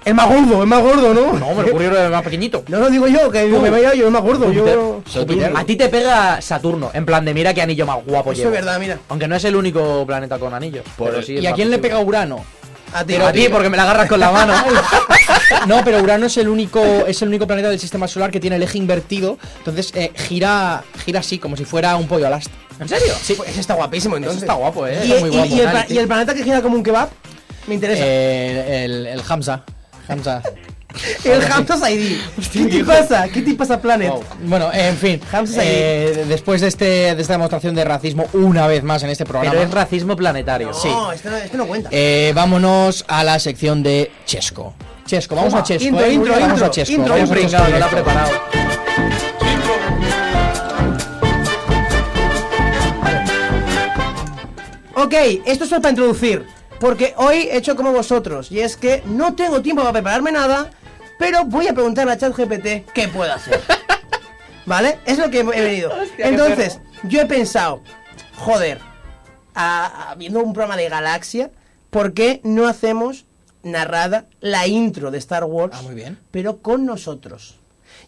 Speaker 1: Es más gordo, es más gordo, ¿no?
Speaker 3: No, Mercurio era el más pequeñito.
Speaker 1: No lo digo yo, que me vaya yo, es más gordo. Yo...
Speaker 2: Saturno.
Speaker 3: A ti te pega Saturno, en plan de mira qué anillo más guapo
Speaker 1: Eso
Speaker 3: llevo.
Speaker 1: es verdad, mira.
Speaker 3: Aunque no es el único planeta con anillos.
Speaker 2: Por-
Speaker 3: pero sí
Speaker 4: ¿Y
Speaker 3: el
Speaker 4: a
Speaker 3: más
Speaker 4: quién le
Speaker 3: posible.
Speaker 4: pega Urano?
Speaker 1: A ti. eh,
Speaker 3: Pero a ti, porque me la agarras con la mano.
Speaker 4: No, pero Urano es el único es el único planeta del sistema solar que tiene el eje invertido, entonces eh, gira gira así como si fuera un pollo al asta.
Speaker 3: ¿En serio?
Speaker 1: Sí, pues ese está guapísimo, entonces.
Speaker 4: está guapo, ¿eh?
Speaker 1: Y,
Speaker 4: Está muy
Speaker 1: y-
Speaker 4: guapo.
Speaker 1: y el, pla- y el planeta que gira como un kebab, me interesa.
Speaker 4: Eh, el, el Hamza. Hamza.
Speaker 1: el Hamza's
Speaker 4: *laughs*
Speaker 1: ID. ¿Qué te pasa? ¿Qué te pasa, Planet?
Speaker 4: Wow. Bueno, en fin,
Speaker 1: Hamza
Speaker 4: eh, después de este de esta demostración de racismo una vez más en este programa.
Speaker 3: Pero es racismo planetario.
Speaker 4: Sí.
Speaker 1: No, este no, este no cuenta.
Speaker 4: Eh, vámonos a la sección de Chesco. Chesco, vamos
Speaker 1: Toma,
Speaker 4: a Chesco.
Speaker 1: intro,
Speaker 4: eh,
Speaker 1: intro,
Speaker 4: vamos
Speaker 1: intro,
Speaker 4: a Chesco.
Speaker 1: intro,
Speaker 4: vamos a
Speaker 1: intro.
Speaker 4: Chesco.
Speaker 3: Pringao, no lo ha preparado.
Speaker 1: Ok, esto es solo para introducir, porque hoy he hecho como vosotros, y es que no tengo tiempo para prepararme nada, pero voy a preguntarle a ChatGPT qué puedo
Speaker 4: *laughs*
Speaker 1: hacer. ¿Vale? Es lo que he venido. Entonces, yo he pensado, joder, a- a- viendo un programa de Galaxia, ¿por qué no hacemos narrada la intro de Star Wars?
Speaker 4: Ah, muy bien.
Speaker 1: Pero con nosotros.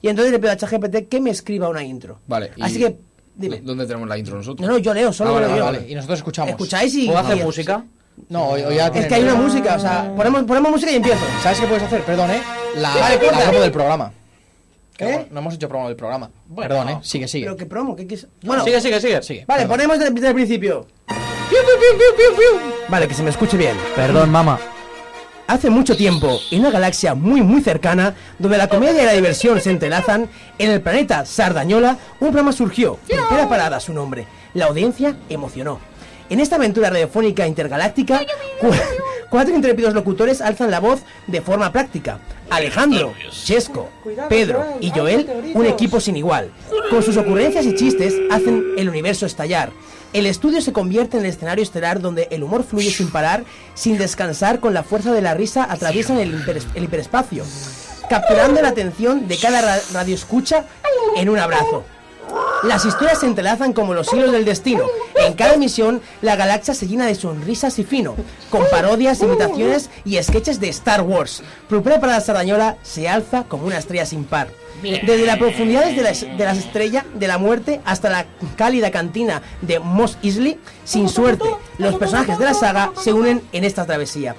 Speaker 1: Y entonces le pido a ChatGPT que me escriba una intro.
Speaker 2: Vale. y-
Speaker 1: Así que, dime.
Speaker 2: ¿Dónde tenemos la intro nosotros?
Speaker 1: No, no, yo leo, solo
Speaker 2: Ah, vale,
Speaker 1: leo
Speaker 4: Vale,
Speaker 1: yo.
Speaker 4: vale, Y nosotros escuchamos.
Speaker 1: ¿Escucháis y...?
Speaker 3: ¿Puedo hacer
Speaker 1: y-
Speaker 3: música?
Speaker 4: No, o- o ya
Speaker 1: Es
Speaker 4: tiene-
Speaker 1: que hay una música, o sea, ponemos, ponemos música y
Speaker 3: *laughs*
Speaker 1: empiezo.
Speaker 4: ¿Sabes qué puedes hacer? Perdón, ¿eh? La,
Speaker 1: Vale,
Speaker 4: la
Speaker 1: corta.
Speaker 4: promo del programa. Que
Speaker 1: ¿Eh?
Speaker 4: no- No hemos hecho promo del programa. Perdón, ¿eh? Sigue, sigue.
Speaker 1: Pero que promo, ¿qué quieres? Bueno,
Speaker 3: sigue, sigue, sigue.
Speaker 4: Sigue.
Speaker 1: vale, ponemos desde, desde el principio.
Speaker 3: Piu, piu,
Speaker 1: piu, piu, piu, piu. Vale, que se me escuche bien.
Speaker 3: Perdón, mamá.
Speaker 1: Hace mucho tiempo, en una galaxia muy muy cercana, donde la comedia y la diversión se entrelazan, en el planeta Sardañola, un programa surgió, Primera Parada su nombre. La audiencia emocionó. En esta aventura radiofónica intergaláctica, cu- *laughs* cuatro intrépidos locutores alzan la voz de forma práctica. Alejandro, Chesco, Pedro y Joel, un equipo sin igual. Con sus ocurrencias y chistes hacen el universo estallar. El estudio se convierte en el escenario estelar donde el humor fluye sin parar, sin descansar, con la fuerza de la risa atraviesan el, hiper- el hiperespacio, capturando la atención de cada ra- radioescucha en un abrazo. Las historias se entrelazan como los hilos del destino. En cada emisión, la galaxia se llena de sonrisas y fino, con parodias, imitaciones y sketches de Star Wars. Propera para la Sardañola se alza como una estrella sin par. Desde las profundidades de las, de las estrellas de la muerte hasta la cálida cantina de Moss Isley, sin suerte, los personajes de la saga se unen en esta travesía,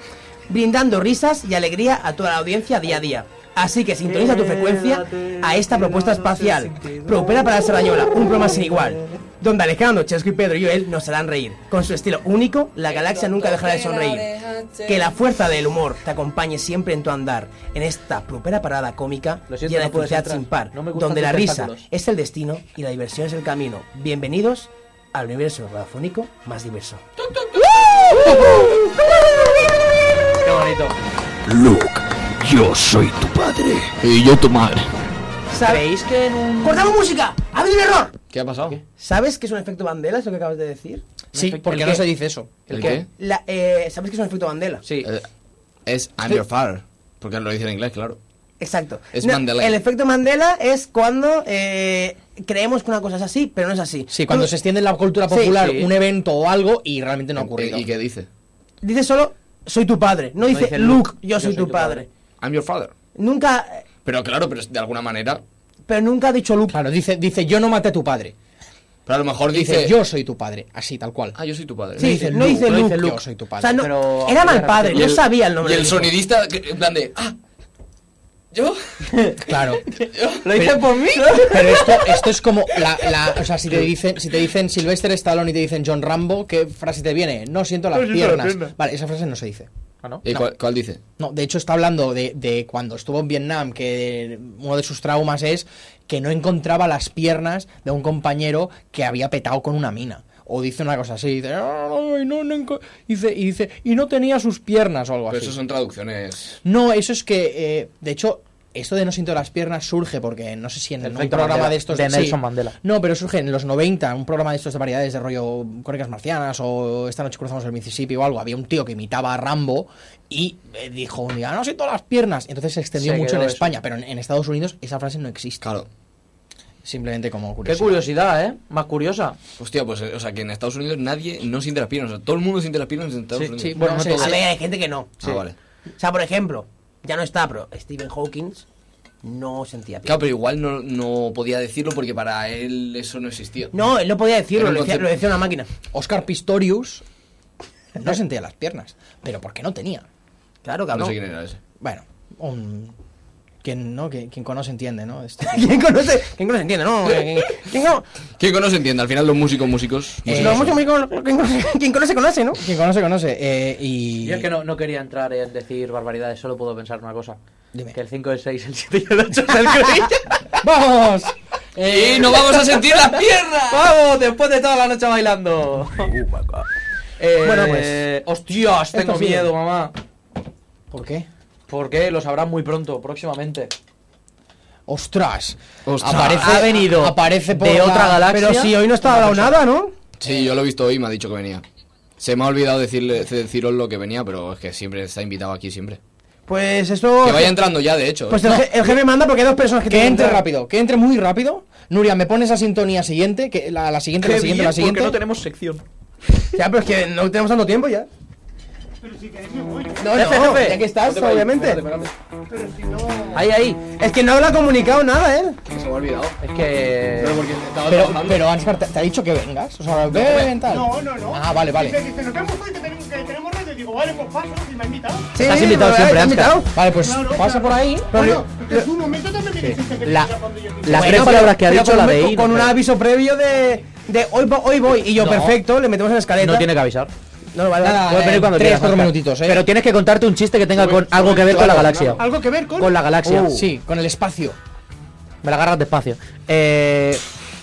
Speaker 1: brindando risas y alegría a toda la audiencia día a día. Así que sintoniza tu frecuencia a esta propuesta espacial. Propera para la Sarañola, un programa sin igual. Donde Alejandro, Chesco y Pedro y él nos harán reír. Con su estilo único, la galaxia nunca dejará de sonreír. Que la fuerza del humor te acompañe siempre en tu andar. En esta propera parada cómica
Speaker 3: Lo siento,
Speaker 1: llena
Speaker 3: no
Speaker 1: de
Speaker 3: puedes
Speaker 1: felicidad
Speaker 3: entrar.
Speaker 1: sin par.
Speaker 3: No me gustan
Speaker 1: donde la
Speaker 3: tus
Speaker 1: risa
Speaker 3: tentáculos.
Speaker 1: es el destino y la diversión es el camino. Bienvenidos al universo radiofónico más diverso.
Speaker 3: Qué bonito.
Speaker 10: Luke, yo soy tu padre. Y yo tu madre.
Speaker 1: ¿Sabéis?
Speaker 3: ¿Veis que en un.
Speaker 1: ¡Cortamos música! ¡Ha habido un error!
Speaker 2: ¿Qué ha pasado?
Speaker 1: ¿Sabes qué es un efecto Mandela, es lo que acabas de decir?
Speaker 4: Sí,
Speaker 3: ¿El
Speaker 4: porque
Speaker 3: qué?
Speaker 4: no se dice eso.
Speaker 2: ¿El
Speaker 3: qué?
Speaker 2: qué?
Speaker 1: La- eh, ¿Sabes qué es un efecto Mandela?
Speaker 3: Sí.
Speaker 2: Eh, es I'm your father. Porque lo dice en inglés, claro.
Speaker 1: Exacto.
Speaker 2: Es
Speaker 1: No,
Speaker 2: Mandela.
Speaker 1: El efecto Mandela es cuando eh, creemos que una cosa es así, pero no es así.
Speaker 4: Sí, cuando
Speaker 1: Tú
Speaker 4: se extiende en la cultura
Speaker 1: Sí,
Speaker 4: popular
Speaker 1: sí.
Speaker 4: un evento o algo y realmente no ha
Speaker 2: ¿Y,
Speaker 4: ocurrido.
Speaker 2: y qué dice?
Speaker 1: Dice solo, soy tu padre. No, dice,
Speaker 3: dice,
Speaker 1: Luke,
Speaker 3: Luke,
Speaker 1: yo soy tu padre.
Speaker 2: I'm your father.
Speaker 1: Nunca, eh,
Speaker 2: Pero claro, pero es- de alguna manera.
Speaker 1: pero nunca ha dicho Luke.
Speaker 4: Claro, dice, dice yo no maté a tu padre.
Speaker 2: Pero a lo mejor
Speaker 4: Dice,
Speaker 2: dice.
Speaker 4: yo soy tu padre, así tal cual.
Speaker 2: Ah, yo soy tu padre.
Speaker 1: Sí,
Speaker 4: no dice
Speaker 1: no
Speaker 4: Luke,
Speaker 1: dice
Speaker 4: no
Speaker 1: Luke.
Speaker 4: dice Luke, yo soy tu padre.
Speaker 1: O sea, no-
Speaker 3: Pero-
Speaker 1: era mal padre,
Speaker 2: Y
Speaker 1: no sabía el nombre.
Speaker 2: Y el
Speaker 1: del hijo.
Speaker 2: sonidista, que- en plan de. ¡Ah! ¿Yo?
Speaker 4: *laughs* Claro.
Speaker 3: ¿Lo hice
Speaker 1: *laughs*
Speaker 3: por mí?
Speaker 4: Pero esto, esto es como la, la- o sea, si te dicen, si te dicen Sylvester Stallone y te dicen John Rambo, ¿qué frase te viene? No siento las piernas. Vale, esa frase no se dice.
Speaker 3: Ah, ¿no?
Speaker 4: eh,
Speaker 2: ¿Y cuál, cuál dice?
Speaker 4: No, de hecho está hablando de, de cuando estuvo en Vietnam, que uno de sus traumas es que no encontraba las piernas de un compañero que había petado con una mina. O dice una cosa así, dice, "Ay, no, no enco-". dice, y dice, y no tenía sus piernas o algo
Speaker 2: Pero
Speaker 4: así.
Speaker 2: eso son traducciones.
Speaker 4: No, eso es que, eh, de hecho, esto de no siento las piernas surge porque no sé si en
Speaker 3: El
Speaker 4: un
Speaker 3: efecto
Speaker 4: programa
Speaker 3: Mandela,
Speaker 4: de estos
Speaker 3: de
Speaker 4: sí.
Speaker 3: Nelson Mandela.
Speaker 4: No, pero surge en los 90, un programa de estos de variedades de rollo Crónicas Marcianas o Esta noche cruzamos el Mississippi o algo. Había un tío que imitaba a Rambo y eh, dijo un día, no siento las piernas. Entonces se extendió
Speaker 3: Se
Speaker 4: mucho en
Speaker 3: quedó eso.
Speaker 4: España, pero en, en Estados Unidos esa frase no existe.
Speaker 2: Claro.
Speaker 4: Simplemente como
Speaker 3: Qué
Speaker 4: curiosidad.
Speaker 3: curiosidad, ¿eh? Más curiosa.
Speaker 2: Hostia, pues, eh, o sea, que en Estados Unidos nadie no siente las piernas. O sea, todo el mundo siente las piernas en Estados
Speaker 4: Sí,
Speaker 2: Unidos.
Speaker 4: sí, bueno,
Speaker 2: No,
Speaker 4: sí,
Speaker 2: todo.
Speaker 4: sí.
Speaker 1: A ver, hay gente que no.
Speaker 2: Ah, vale.
Speaker 1: O sea, por ejemplo, ya no está, pero Stephen Hawking no sentía piernas.
Speaker 2: Claro, pero igual no, no podía decirlo porque para él eso no existía.
Speaker 1: No, él no podía decirlo,
Speaker 2: Era un
Speaker 1: lo decía,
Speaker 2: concepto.
Speaker 1: lo decía una máquina.
Speaker 4: Oscar Pistorius no sentía las piernas, pero porque no tenía.
Speaker 1: Claro,
Speaker 2: No
Speaker 1: cabrón.
Speaker 2: sé quién era ese.
Speaker 4: Bueno, un... Quien, ¿no? quien, quien conoce entiende, ¿no? Este- Esto.
Speaker 1: ¿Quién conoce? ¿Quién conoce? Entiende, ¿no? *laughs* ¿Quién no?
Speaker 2: ¿Quién conoce entiende? Al final los músicos, músicos.
Speaker 4: Eh,
Speaker 2: músicos
Speaker 1: Lo
Speaker 2: son.
Speaker 1: mucho me con- quien conoce- quien conoce, conoce, ¿no?
Speaker 4: Quien conoce, conoce. eh, y...
Speaker 3: Y es que no, no quería entrar en decir barbaridades, solo puedo pensar una cosa.
Speaker 4: Dime.
Speaker 3: Que el 5, el 6, el 7 y el 8 es el Grinch.
Speaker 4: ¡Vamos!
Speaker 2: ¡Eh, no vamos a sentir
Speaker 4: *laughs*
Speaker 2: las piernas!
Speaker 3: ¡Vamos! Después de toda la noche bailando. *laughs* Eh,
Speaker 4: Bueno, pues.
Speaker 3: ¡Hostias! Tengo
Speaker 4: ha sido.
Speaker 3: miedo, mamá.
Speaker 4: ¿Por qué?
Speaker 3: Porque lo sabrás muy pronto, próximamente.
Speaker 4: ¡Ostras!
Speaker 2: Ostras.
Speaker 4: Aparece,
Speaker 3: Ha venido
Speaker 4: aparece por
Speaker 3: de
Speaker 4: la-
Speaker 3: otra galaxia.
Speaker 1: Pero si hoy no está hablado nada, ¿no?
Speaker 2: Sí, yo lo he visto hoy y me ha dicho que venía. Se me ha olvidado decirle, deciros lo que venía, pero es que siempre está invitado aquí, siempre.
Speaker 1: Pues eso.
Speaker 2: Que vaya entrando ya, de hecho. ¿eh?
Speaker 1: Pues el, je- el jefe manda porque hay dos personas que
Speaker 4: Que
Speaker 1: tienen
Speaker 4: entre
Speaker 1: entrar.
Speaker 4: rápido, que entre muy rápido. Nuria, ¿me pones la sintonía siguiente? Que la, la siguiente, la siguiente, la siguiente.
Speaker 3: tenemos sección.
Speaker 1: Ya, pero es que no tenemos tanto tiempo ya. No,
Speaker 3: Jefe,
Speaker 1: no,
Speaker 3: jefe.
Speaker 1: ya que estás, obviamente.
Speaker 3: Ahí, ahí.
Speaker 1: Es que no lo ha comunicado nada, ¿eh?
Speaker 2: se me ha olvidado.
Speaker 3: Es que.
Speaker 4: Pero, pero Ansgar, ¿te, te ha dicho que vengas? O sea, ven, tal.
Speaker 11: No, no, no.
Speaker 4: Ah, vale,
Speaker 11: Dice,
Speaker 4: vale.
Speaker 11: dice, nos vemos hoy que tenemos, que tenemos radio. Y digo, vale, pues paso, y me ha invitado.
Speaker 1: Sí,
Speaker 3: Estás invitado
Speaker 1: ¿verdad?
Speaker 3: siempre,
Speaker 1: Te he
Speaker 3: Ansgar.
Speaker 1: invitado.
Speaker 4: Vale, pues
Speaker 11: Claro,
Speaker 4: pasa
Speaker 11: claro.
Speaker 4: por ahí.
Speaker 11: Bueno,
Speaker 1: Bueno,
Speaker 11: en su momento también me dijiste que
Speaker 3: La-
Speaker 11: te cuando yo te
Speaker 3: Las
Speaker 1: Bueno,
Speaker 3: tres
Speaker 1: pero-
Speaker 3: palabras que ha
Speaker 1: pero
Speaker 3: dicho
Speaker 1: con
Speaker 3: la
Speaker 1: un-
Speaker 3: de
Speaker 1: con-
Speaker 3: I,
Speaker 1: Con
Speaker 3: no
Speaker 1: un
Speaker 3: creo.
Speaker 1: aviso previo de. de hoy, vo- hoy voy y yo,
Speaker 3: No.
Speaker 1: perfecto, le metemos en la escaleta.
Speaker 3: No tiene que avisar.
Speaker 1: No, vale,
Speaker 4: Nada,
Speaker 1: vale.
Speaker 4: eh, tres, cuatro
Speaker 3: Oscar.
Speaker 4: minutitos, eh.
Speaker 3: Pero tienes que contarte un chiste que tenga con, algo que ver con la galaxia.
Speaker 11: Algo que ver con. Oh.
Speaker 3: Con la galaxia.
Speaker 4: Uh, sí, con el espacio.
Speaker 3: Me la agarras despacio. Eh,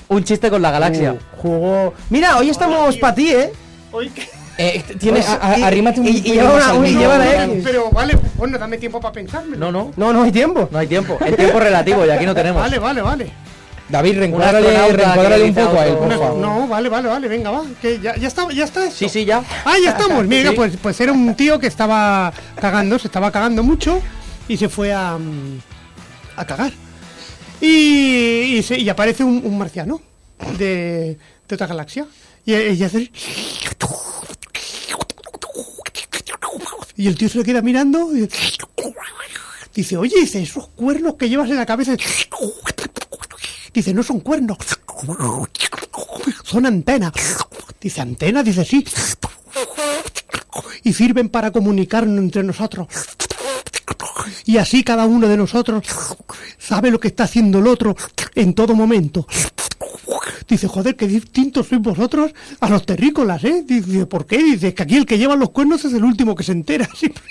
Speaker 3: un chiste con la
Speaker 11: Oh.
Speaker 3: galaxia.
Speaker 1: Jugó. Mira, hoy estamos para ti, ¿eh?
Speaker 11: Hoy que-
Speaker 4: Eh, tienes,
Speaker 1: Pues,
Speaker 4: a- a-
Speaker 1: y-
Speaker 4: arrímate un
Speaker 1: y- y
Speaker 4: poquito
Speaker 1: lleva
Speaker 4: más
Speaker 1: una-
Speaker 4: al
Speaker 1: un-
Speaker 4: micro.
Speaker 1: lleva la X.
Speaker 11: Pero vale, bueno, dame tiempo para pensarme.
Speaker 3: No, no.
Speaker 1: No, no hay tiempo.
Speaker 3: No hay tiempo. El tiempo es relativo y aquí no tenemos.
Speaker 11: Vale, vale, vale.
Speaker 4: David,
Speaker 3: astronauta
Speaker 4: reencuádrale,
Speaker 3: que
Speaker 4: reencuádrale un
Speaker 3: realiza
Speaker 4: poco a él,
Speaker 3: otro-
Speaker 4: por favor.
Speaker 11: No, vale, vale, vale, venga, va. Que ya, ya está, ya está. esto.
Speaker 3: Sí, sí, ya.
Speaker 11: Ah, ya estamos. Mira,
Speaker 3: Sí.
Speaker 11: pues, pues era un tío que estaba cagando, se estaba cagando mucho y se fue a, mm, a cagar. Y, y se- y aparece un, un marciano de, de otra galaxia. Y, y hace- Y el tío se lo queda mirando y dice, oye, dice, esos cuernos que llevas en la cabeza. Dice, no son cuernos. Son antenas. Dice, antenas, dice, sí. Y sirven para comunicarnos entre nosotros. Y así cada uno de nosotros sabe lo que está haciendo el otro en todo momento. Dice, joder, qué distintos sois vosotros a los terrícolas, ¿eh? Dice, ¿por qué? Dice, "Es que aquí el que lleva los cuernos es el último que se entera. *laughs* siempre".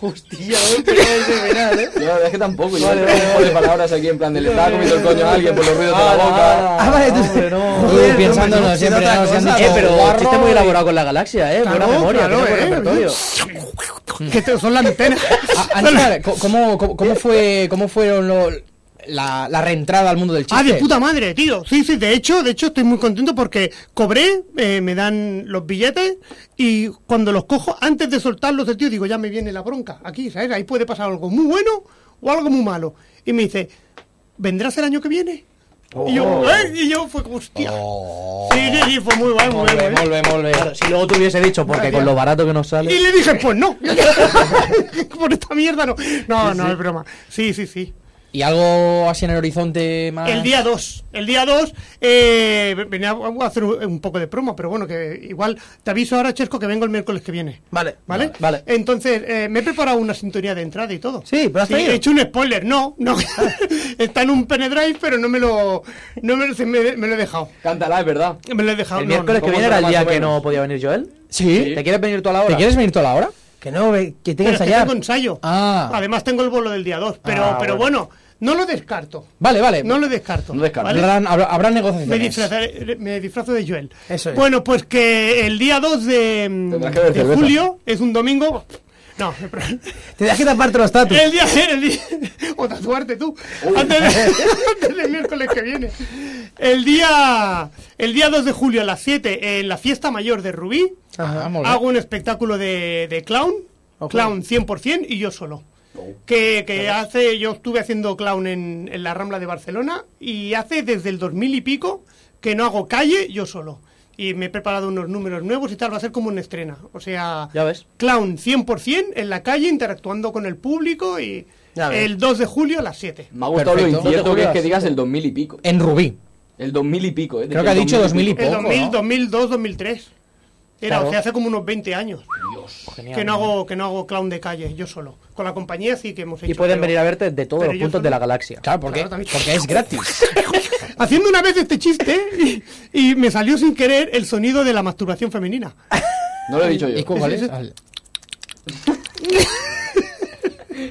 Speaker 7: Hostia, no ese penal, eh.
Speaker 2: Yo la verdad es que tampoco. Yo
Speaker 3: Vale,
Speaker 2: tengo
Speaker 3: vale,
Speaker 2: un poco de palabras aquí en plan de le estaba comiendo el coño a alguien por los ruidos de la boca.
Speaker 1: Ah, vale, tú-
Speaker 3: hombre, no.
Speaker 4: Tú pensando, no, siempre
Speaker 1: otra
Speaker 4: nos han
Speaker 1: cosa,
Speaker 4: dicho
Speaker 3: Eh, pero
Speaker 4: guarro
Speaker 3: chiste muy
Speaker 4: y-
Speaker 3: elaborado con la galaxia, eh.
Speaker 11: Claro,
Speaker 3: Buena memoria,
Speaker 11: claro,
Speaker 3: tiene buen
Speaker 11: eh.
Speaker 3: repertorio.
Speaker 11: *laughs* que te- son las antenas.
Speaker 4: Ah, Ángela, co- ¿cómo, cómo, cómo fue, cómo fueron lo- la, la reentrada al mundo del chiste?
Speaker 11: Ah, de puta madre, tío. Sí, sí, de hecho, de hecho estoy muy contento porque cobré, eh, me dan los billetes y cuando los cojo, antes de soltarlos, el tío digo, ya me viene la bronca. Aquí, ¿sabes? Ahí puede pasar algo muy bueno o algo muy malo. Y me dice, ¿vendrás el año que viene? Y yo, ¿eh? Y yo fue como, hostia. Sí, sí, sí, fue muy guay, Oh. muy ¿eh?
Speaker 4: Molt
Speaker 11: guay.
Speaker 4: bé,
Speaker 11: muy guay.
Speaker 4: molt bé, molt bé.
Speaker 3: Claro, si luego te hubiese dicho, porque
Speaker 11: Gracias.
Speaker 3: con lo barato que nos
Speaker 11: Y
Speaker 3: sale.
Speaker 11: le dije, pues no. *laughs* Por esta mierda no. No, no, es broma. Sí, sí, sí.
Speaker 4: ¿Y algo así en el horizonte más?
Speaker 11: El día 2. El día 2 eh, venía a hacer un un poco de promo, pero bueno, que igual te aviso ahora, Chesco, que vengo el miércoles que viene.
Speaker 1: Ah, Vale.
Speaker 11: ¿Vale?
Speaker 3: Vale.
Speaker 11: Entonces, eh, me he preparado una sintonía de entrada y todo.
Speaker 1: Sí, pero has traído.
Speaker 11: He hecho un spoiler, no, no. *laughs* Está en un pendrive, pero no me lo. No me, lo- se me- me lo he dejado.
Speaker 2: Cántala, es verdad.
Speaker 11: Me lo he dejado.
Speaker 3: El
Speaker 11: no,
Speaker 3: miércoles
Speaker 11: no.
Speaker 3: que
Speaker 2: ¿Cómo
Speaker 3: viene era el
Speaker 2: será
Speaker 3: día
Speaker 2: más o
Speaker 3: que
Speaker 2: menos?
Speaker 3: no podía venir Joel.
Speaker 4: Sí.
Speaker 3: ¿Te quieres venir tú a la hora?
Speaker 4: ¿Te quieres venir toda la hora?
Speaker 1: Que no, que que tiene que
Speaker 11: Pero es que
Speaker 1: ensayar.
Speaker 11: tengo ensayo.
Speaker 4: Ah.
Speaker 11: Además, tengo el bolo del día 2. Pero,
Speaker 3: Ah,
Speaker 11: pero bueno. no lo descarto.
Speaker 4: Vale, vale.
Speaker 11: No lo descarto.
Speaker 2: No descarto.
Speaker 11: ¿vale?
Speaker 4: Habrán, habrá, habrá
Speaker 11: Me,
Speaker 4: negociaciones.
Speaker 11: disfrazaré- me disfrazo de Joel.
Speaker 1: Eso es.
Speaker 11: Bueno, pues que el día 2 de, mm,
Speaker 2: Tendrás que beber
Speaker 11: de
Speaker 2: cerveza.
Speaker 11: julio es un domingo. No, *laughs*
Speaker 1: Te das que taparte los tatus.
Speaker 11: el día. El día *laughs* o tatuarte tú. Antes,
Speaker 2: *laughs*
Speaker 11: de- antes del miércoles que viene. El día, el día 2 de julio a las 7 en la fiesta mayor de Rubí
Speaker 4: Ah, molt bé.
Speaker 11: hago un espectáculo de, de clown. Clown 100% y yo solo. Que, que hace, yo estuve haciendo clown en, en la Rambla de Barcelona y hace desde el 2000 y pico que no hago calle yo solo. Y me he preparado unos números nuevos y tal, va a ser como una estrena. O sea,
Speaker 3: Ya ves.
Speaker 11: clown 100% en la calle interactuando con el público y
Speaker 1: Ya ves.
Speaker 11: el 2 de julio a las 7.
Speaker 2: Me ha gustado
Speaker 4: Perfecto.
Speaker 2: lo incierto
Speaker 4: No te
Speaker 2: que es que
Speaker 4: jodas.
Speaker 2: digas el 2000 y pico.
Speaker 4: En Rubí.
Speaker 2: El 2000 y pico, eh.
Speaker 4: Creo que ha dicho 2000 y
Speaker 11: El
Speaker 4: poco,
Speaker 11: 2000,
Speaker 4: ¿no?
Speaker 11: 2002, 2003. Era,
Speaker 3: Claro.
Speaker 11: o sea, hace como unos 20 años
Speaker 3: Genial,
Speaker 11: que
Speaker 3: ¿no?
Speaker 11: no hago que no hago clown de calle yo solo. Con la compañía sí que hemos hecho.
Speaker 3: Y pueden
Speaker 11: pero-
Speaker 3: venir a verte de todos
Speaker 11: pero
Speaker 3: los
Speaker 11: yo
Speaker 3: puntos
Speaker 11: solo-
Speaker 3: de la galaxia.
Speaker 4: Claro, ¿por qué?
Speaker 11: Claro, también.
Speaker 4: Porque es
Speaker 11: *laughs*
Speaker 4: gratis.
Speaker 11: Haciendo una vez este chiste y, y me salió sin querer el sonido de la masturbación femenina.
Speaker 2: No lo he dicho yo.
Speaker 4: ¿Y cuál es?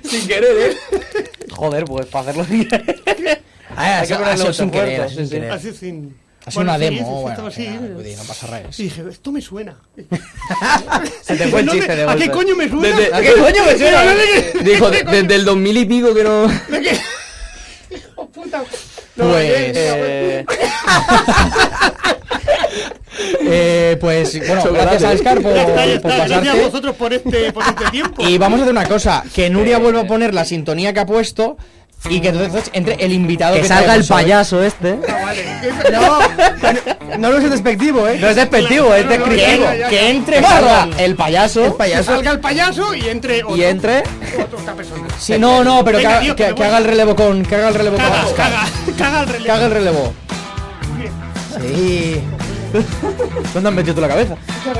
Speaker 2: Sin querer, eh.
Speaker 12: *laughs*
Speaker 3: Joder, pues para *laughs* hacerlo bien.
Speaker 4: Ah,
Speaker 3: Hay que
Speaker 4: això,
Speaker 3: ponerlo
Speaker 4: això
Speaker 3: en
Speaker 4: és sin
Speaker 3: otro
Speaker 4: querer,
Speaker 3: puerto,
Speaker 4: això
Speaker 3: sí,
Speaker 4: és sin
Speaker 3: sí.
Speaker 4: querer.
Speaker 11: Así sin.
Speaker 4: Ha sido
Speaker 11: bueno,
Speaker 4: una
Speaker 11: sí,
Speaker 4: demo,
Speaker 11: sí, sí,
Speaker 4: bueno,
Speaker 11: estaba así.
Speaker 4: mira, vull dir, no passa res.
Speaker 11: Y dije, esto me suena. *laughs*
Speaker 3: Se te fue el
Speaker 11: No me-
Speaker 3: chiste de
Speaker 11: ¿A qué
Speaker 3: golpe.
Speaker 11: coño me suena?
Speaker 2: Desde-
Speaker 11: ¿A
Speaker 2: ¿Qué
Speaker 3: coño me suena?
Speaker 11: *laughs*
Speaker 2: Dijo, desde el 2000 y pico que no.
Speaker 11: Hijo puta. No,
Speaker 4: Pues,
Speaker 3: Eh,
Speaker 4: eh, pues, bueno, gracias a Scar por,
Speaker 11: Ya está, ya
Speaker 4: por
Speaker 11: está. Gracias a
Speaker 4: pasarte.
Speaker 11: vosotros por este, por este tiempo.
Speaker 4: Y vamos a hacer una cosa, que Nuria vuelva a poner la sintonía que ha puesto y que entonces entre el invitado que,
Speaker 3: que salga el
Speaker 4: traemos hoy.
Speaker 3: payaso este.
Speaker 11: Ah, vale.
Speaker 1: No, no lo es despectivo, ¿eh?
Speaker 3: No es despectivo, es
Speaker 11: no, no,
Speaker 3: descriptivo.
Speaker 11: ya, ya, ya.
Speaker 3: Que entre
Speaker 4: Barra.
Speaker 3: salga el payaso
Speaker 11: Que salga el payaso y entre otro,
Speaker 3: y entre.
Speaker 11: otra persona.
Speaker 4: *laughs* Sí, no, no, pero que,
Speaker 11: Venga,
Speaker 4: haga-
Speaker 11: tío,
Speaker 4: que-
Speaker 11: que me
Speaker 4: que
Speaker 11: voy.
Speaker 4: haga el relevo con. Que haga el relevo con
Speaker 11: Caga,
Speaker 4: Oscar.
Speaker 11: caga, caga el relevo.
Speaker 4: Que haga el relevo.
Speaker 1: Sí.
Speaker 3: ¿Dónde has metido tú la cabeza?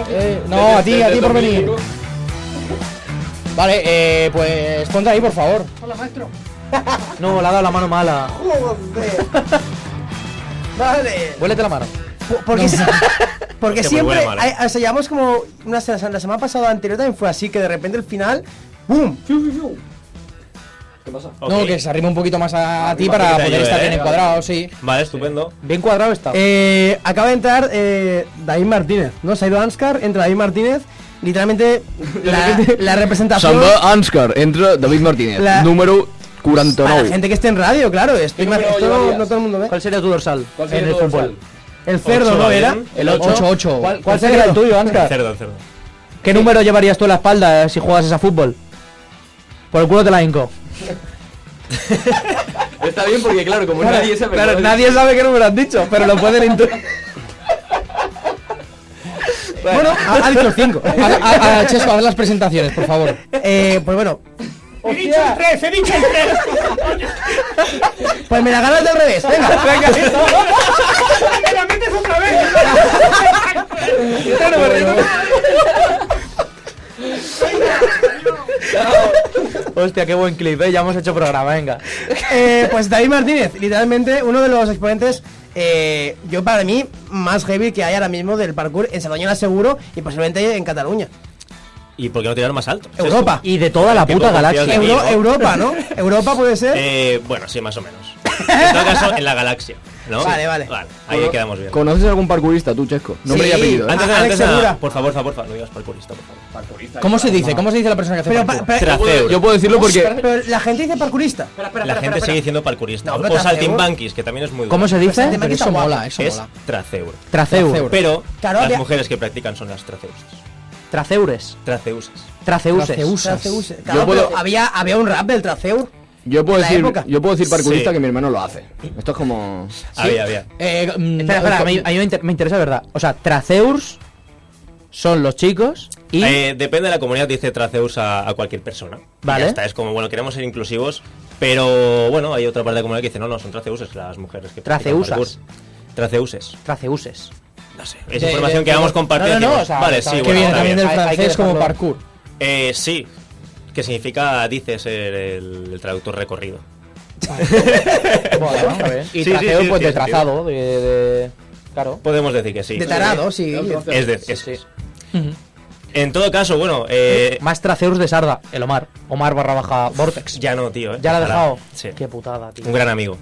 Speaker 4: Eh, No, a ti,
Speaker 2: Desde
Speaker 4: a
Speaker 2: el
Speaker 4: ti por
Speaker 2: 2000 y
Speaker 4: venir.
Speaker 2: pico.
Speaker 4: Vale, eh, pues ponte ahí, por favor.
Speaker 11: Hola, maestro.
Speaker 3: No, le ha dado la mano mala.
Speaker 1: Vale.
Speaker 3: Huélete la mano.
Speaker 1: Po- Porque,
Speaker 12: No.
Speaker 1: *laughs* porque
Speaker 12: Hostia, muy
Speaker 1: siempre,
Speaker 12: buena, Mara.
Speaker 1: hay- o sea, llevamos como una semana, la semana pasada anterior también fue así, que de repente el final, ¡boom!
Speaker 2: ¿Qué pasa?
Speaker 4: No, que se arrima un poquito más a, a ti
Speaker 1: Arriba,
Speaker 4: para
Speaker 1: que te
Speaker 4: poder
Speaker 1: ayude,
Speaker 4: estar bien
Speaker 1: eh.
Speaker 4: encuadrado, sí.
Speaker 12: Vale, estupendo.
Speaker 4: Bien cuadrado está.
Speaker 1: Eh, acaba de entrar eh, David Martínez, ¿no? Se ha ido Anscar, entra David Martínez, literalmente
Speaker 12: *laughs*
Speaker 1: la, *laughs* la representación...
Speaker 2: Se'n va Ansgar, entra David Martínez,
Speaker 1: La-
Speaker 2: número
Speaker 1: Para
Speaker 2: 49.
Speaker 1: la gente que esté en radio, claro, esto,
Speaker 3: ¿Qué número
Speaker 1: esto no,
Speaker 3: llevarías?
Speaker 1: no todo el mundo ve. ¿Cuál
Speaker 3: sería tu dorsal
Speaker 1: ¿Cuál
Speaker 3: en el fútbol?
Speaker 1: El cerdo,
Speaker 3: Ocho,
Speaker 1: ¿no
Speaker 3: ¿eh?
Speaker 1: era?
Speaker 3: El ocho.
Speaker 1: Ocho, ocho.
Speaker 3: ¿Cuál- cuál sería el tuyo, Ángel?
Speaker 12: Cerdo, el cerdo.
Speaker 3: ¿Qué número llevarías tú en la espalda eh, si juegas a fútbol? Por el culo te la hinco.
Speaker 2: Está bien porque, claro, como
Speaker 3: Claro,
Speaker 2: nadie sabe...
Speaker 3: claro,
Speaker 2: cuál-
Speaker 3: Pues nadie sabe qué número has dicho, pero lo pueden *laughs* intuir.
Speaker 1: Bueno, ha, ha dicho el 5.
Speaker 4: A, a- Chesco, haz las presentaciones, por favor.
Speaker 1: Eh, pues bueno,
Speaker 11: He dicho el 3, he dicho el 3.
Speaker 1: pues me la ganas del revés, venga. *laughs*
Speaker 11: ¡Me la metes otra vez!
Speaker 3: Hostia, qué buen clip, eh. Ya hemos hecho programa, venga.
Speaker 1: Eh, pues David Martínez, literalmente uno de los exponentes, eh, yo para mí, más heavy que hay ahora mismo del parkour en Sardañola seguro y posiblemente en Cataluña.
Speaker 12: ¿Y por qué no tiraron más alto? Pues
Speaker 1: Europa.
Speaker 3: Ah, Y de toda la
Speaker 12: Qué
Speaker 3: puta
Speaker 12: poco
Speaker 3: galaxia.
Speaker 12: confianza.
Speaker 1: Euro-
Speaker 12: ¿no?
Speaker 1: Europa, ¿no? Europa puede ser.
Speaker 12: Eh, bueno, sí, más o menos. En todo caso, en la galaxia, ¿no?
Speaker 1: Vale, vale.
Speaker 12: ahí quedamos bien.
Speaker 2: ¿Conoces algún parkourista tú, Chesco? Nombre y
Speaker 1: Sí.
Speaker 2: apellido, ¿eh?
Speaker 12: Antes,
Speaker 1: Alex
Speaker 12: antes, nada,
Speaker 1: Segura.
Speaker 12: por favor, por favor, por favor, no digas parkourista, por favor. Parkourista.
Speaker 4: ¿Cómo se dice? ¿Cómo se dice la persona que hace
Speaker 1: Pero,
Speaker 4: parkour?
Speaker 1: pa- pa-
Speaker 2: Yo puedo- Yo puedo decirlo porque...
Speaker 1: pero la gente dice parkourista.
Speaker 12: La gente sigue diciendo parkourista.
Speaker 1: No, pero
Speaker 12: O
Speaker 1: traceur.
Speaker 12: saltimbanquis, que también es muy duro.
Speaker 3: ¿Cómo se dice?
Speaker 1: Pero
Speaker 4: Pero
Speaker 1: está
Speaker 4: eso
Speaker 1: guapo.
Speaker 4: mola, eso
Speaker 12: Es
Speaker 4: mola.
Speaker 12: traceur.
Speaker 3: Traceur.
Speaker 12: Pero
Speaker 1: Claro, había-
Speaker 12: las mujeres que practican son las traceusas.
Speaker 3: Traceures.
Speaker 12: Traceusas.
Speaker 3: Traceuses.
Speaker 4: Traceusas.
Speaker 1: Traceus. Claro,
Speaker 2: puedo-
Speaker 1: pero había, había un rap del traceur.
Speaker 2: Yo puedo
Speaker 1: La
Speaker 2: decir,
Speaker 1: época.
Speaker 2: yo puedo decir parkourista
Speaker 12: Sí.
Speaker 2: que mi hermano lo hace. Esto es como.
Speaker 12: Había, había.
Speaker 4: Eh, mm,
Speaker 3: Espera, espera, a mí, a mí me, inter- me interesa, ¿verdad? O sea, Traceurs son los chicos y.
Speaker 12: Eh, depende de la comunidad, dice Traceus a, a cualquier persona. Y
Speaker 3: Vale.
Speaker 12: Ya está, es como, bueno, queremos ser inclusivos, pero bueno, hay otra parte de la comunidad que dice, no, no, son traceuses las mujeres que practican
Speaker 3: Traceusas.
Speaker 12: parkour. Traceuses.
Speaker 3: Traceuses.
Speaker 12: No sé. Es
Speaker 4: De-
Speaker 12: información
Speaker 4: de-
Speaker 12: que vamos compartiendo.
Speaker 3: No, no, no,
Speaker 12: decimos,
Speaker 3: o sea,
Speaker 12: vale,
Speaker 3: está
Speaker 12: sí,
Speaker 3: bien.
Speaker 4: que
Speaker 12: bueno,
Speaker 4: viene
Speaker 12: está
Speaker 4: también
Speaker 12: bien.
Speaker 4: del
Speaker 3: Hay- hay que
Speaker 4: francés como
Speaker 3: dejarlo.
Speaker 12: *laughs*
Speaker 4: parkour.
Speaker 12: Eh, sí, que significa, dice, ser el, el traductor recorrido.
Speaker 3: Bueno, a ver. Y
Speaker 12: Sí, sí,
Speaker 3: traceo,
Speaker 12: sí,
Speaker 3: pues de
Speaker 12: tiene
Speaker 3: trazado, de, de- Claro.
Speaker 12: Podemos decir que sí.
Speaker 1: De tarado, sí.
Speaker 12: Es de,
Speaker 3: Sí,
Speaker 12: es-
Speaker 3: sí.
Speaker 12: En todo caso, bueno, eh,
Speaker 3: Más traceus de Sarda, el Omar. Omar barra baja Vortex.
Speaker 12: ya no, tío. eh.
Speaker 3: Ya la ha
Speaker 12: Ojalá.
Speaker 3: dejado.
Speaker 12: Sí.
Speaker 3: Qué putada, tío.
Speaker 12: Un gran amigo.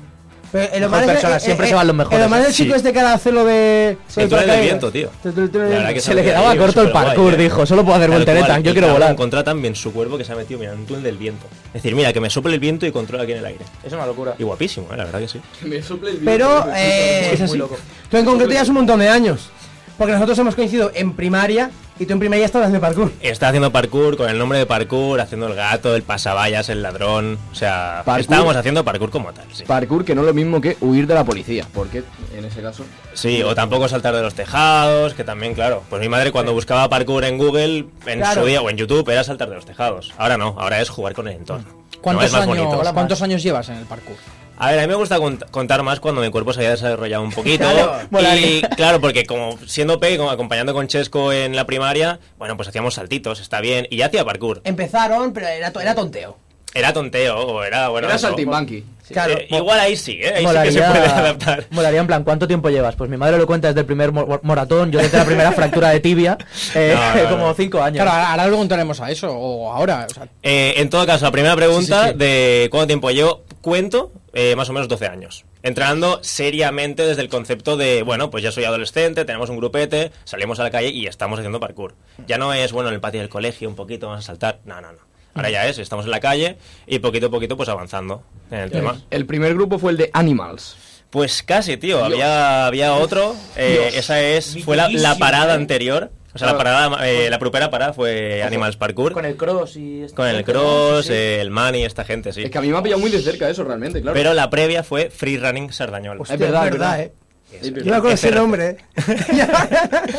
Speaker 1: Pero el
Speaker 3: Mejor
Speaker 1: Omar es-
Speaker 3: persona,
Speaker 1: eh,
Speaker 3: siempre
Speaker 1: eh,
Speaker 3: se van los mejores,
Speaker 1: El Omar es el
Speaker 12: sí.
Speaker 1: chico este que ahora hace lo de.
Speaker 12: El túnel del viento, tío.
Speaker 1: El túnel del
Speaker 12: La verdad
Speaker 1: viento.
Speaker 12: que
Speaker 3: Se le
Speaker 12: me
Speaker 3: quedaba
Speaker 12: queda ahí,
Speaker 3: corto el
Speaker 12: superguay,
Speaker 3: parkour,
Speaker 12: eh.
Speaker 3: dijo. Solo puedo hacer
Speaker 12: Tal
Speaker 3: volteretas,
Speaker 12: cual,
Speaker 3: yo
Speaker 12: el
Speaker 3: quiero
Speaker 12: cabrón
Speaker 3: volar.
Speaker 12: Controla tan bien su cuerpo que se ha metido, mira, en un túnel del viento. Es decir, mira, que me sople el viento y controla aquí en el aire.
Speaker 3: Es una locura.
Speaker 12: Y guapísimo, eh, la verdad que sí.
Speaker 2: Me sople el
Speaker 1: Pero, eh,
Speaker 2: es así.
Speaker 1: Tú en concreto ya es un montón de años. Porque nosotros hemos coincidido en primaria y tú en primaria estabas haciendo parkour.
Speaker 12: Está haciendo parkour con el nombre de parkour, haciendo el gato, el pasavallas, el ladrón. O sea,
Speaker 2: Parkour.
Speaker 12: estábamos haciendo parkour como tal, sí.
Speaker 2: Parkour que no es lo mismo que huir de la policía. Porque en ese caso.
Speaker 12: Sí, o tampoco saltar de los tejados, que también, claro. Pues mi madre cuando buscaba parkour en Google, en
Speaker 1: Claro.
Speaker 12: su día o en YouTube, era saltar de los tejados. Ahora no, ahora es jugar con el entorno. No,
Speaker 4: ¿Cuántos,
Speaker 12: es más bonito.
Speaker 4: años, ¿cuántos años llevas en el parkour?
Speaker 12: A ver, a mí me gusta cont- contar más cuando mi cuerpo se había desarrollado un poquito.
Speaker 1: Claro,
Speaker 12: y claro, porque como siendo P, como acompañando con Chesco en la primaria, bueno, pues hacíamos saltitos, está bien. Y ya hacía parkour.
Speaker 1: Empezaron, pero era, to- era tonteo.
Speaker 12: Era tonteo, o era, bueno.
Speaker 2: Era
Speaker 12: eso.
Speaker 2: saltimbanqui.
Speaker 12: Eh,
Speaker 1: Claro.
Speaker 12: igual ahí sí, ¿eh? Ahí sí que se puede adaptar.
Speaker 3: molaría en plan, ¿cuánto tiempo llevas? Pues mi madre lo cuenta desde el primer mo- moratón, yo desde la primera fractura de
Speaker 12: *laughs*
Speaker 3: tibia, eh,
Speaker 12: No, no,
Speaker 3: como
Speaker 12: no.
Speaker 3: cinco años.
Speaker 4: Claro, ahora ahora preguntaremos a eso, o ahora. o sea,
Speaker 12: Eh, en todo caso, la primera pregunta
Speaker 4: Sí, sí, sí.
Speaker 12: de cuánto tiempo llevo, cuento eh, más o menos 12 años. Entrenando seriamente desde el concepto de, bueno, pues ya soy adolescente, tenemos un grupete, salimos a la calle y estamos haciendo parkour. Ya no es, bueno, en el patio del colegio un poquito, vamos a saltar. No, no, no. Ahora ya es, estamos en la calle y poquito a poquito pues avanzando en el tema.
Speaker 2: El primer grupo fue el de Animals.
Speaker 12: Pues casi, tío. Había, había otro. eh, esa es, fue la, la parada anterior. O sea, la parada, eh, la primera parada fue Animals Parkour. Con el,
Speaker 3: cross y...
Speaker 12: cross, eh, el money, esta gente, sí.
Speaker 2: Es que a mí me ha pillado muy de cerca eso realmente, claro.
Speaker 12: Pero la previa fue Free Running Sardañola.
Speaker 1: Hostia,
Speaker 2: es verdad, es
Speaker 1: verdad,
Speaker 2: verdad.
Speaker 1: eh.
Speaker 12: Es-
Speaker 2: Sí, pero-
Speaker 1: Yo me acuerdo
Speaker 12: es
Speaker 1: ese
Speaker 4: *laughs*
Speaker 12: terraza.
Speaker 1: nombre, eh.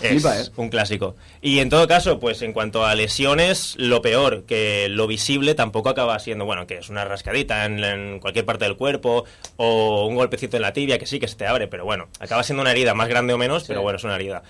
Speaker 12: Es
Speaker 2: Flipa, ¿eh?
Speaker 12: un clásico. Y en todo caso, pues en cuanto a lesiones, lo peor, que lo visible tampoco acaba siendo, bueno, que es una rascadita en, en cualquier parte del cuerpo o un golpecito en la tibia, que sí que se te abre, pero bueno, acaba siendo una herida, más grande o menos, pero bueno, es una herida.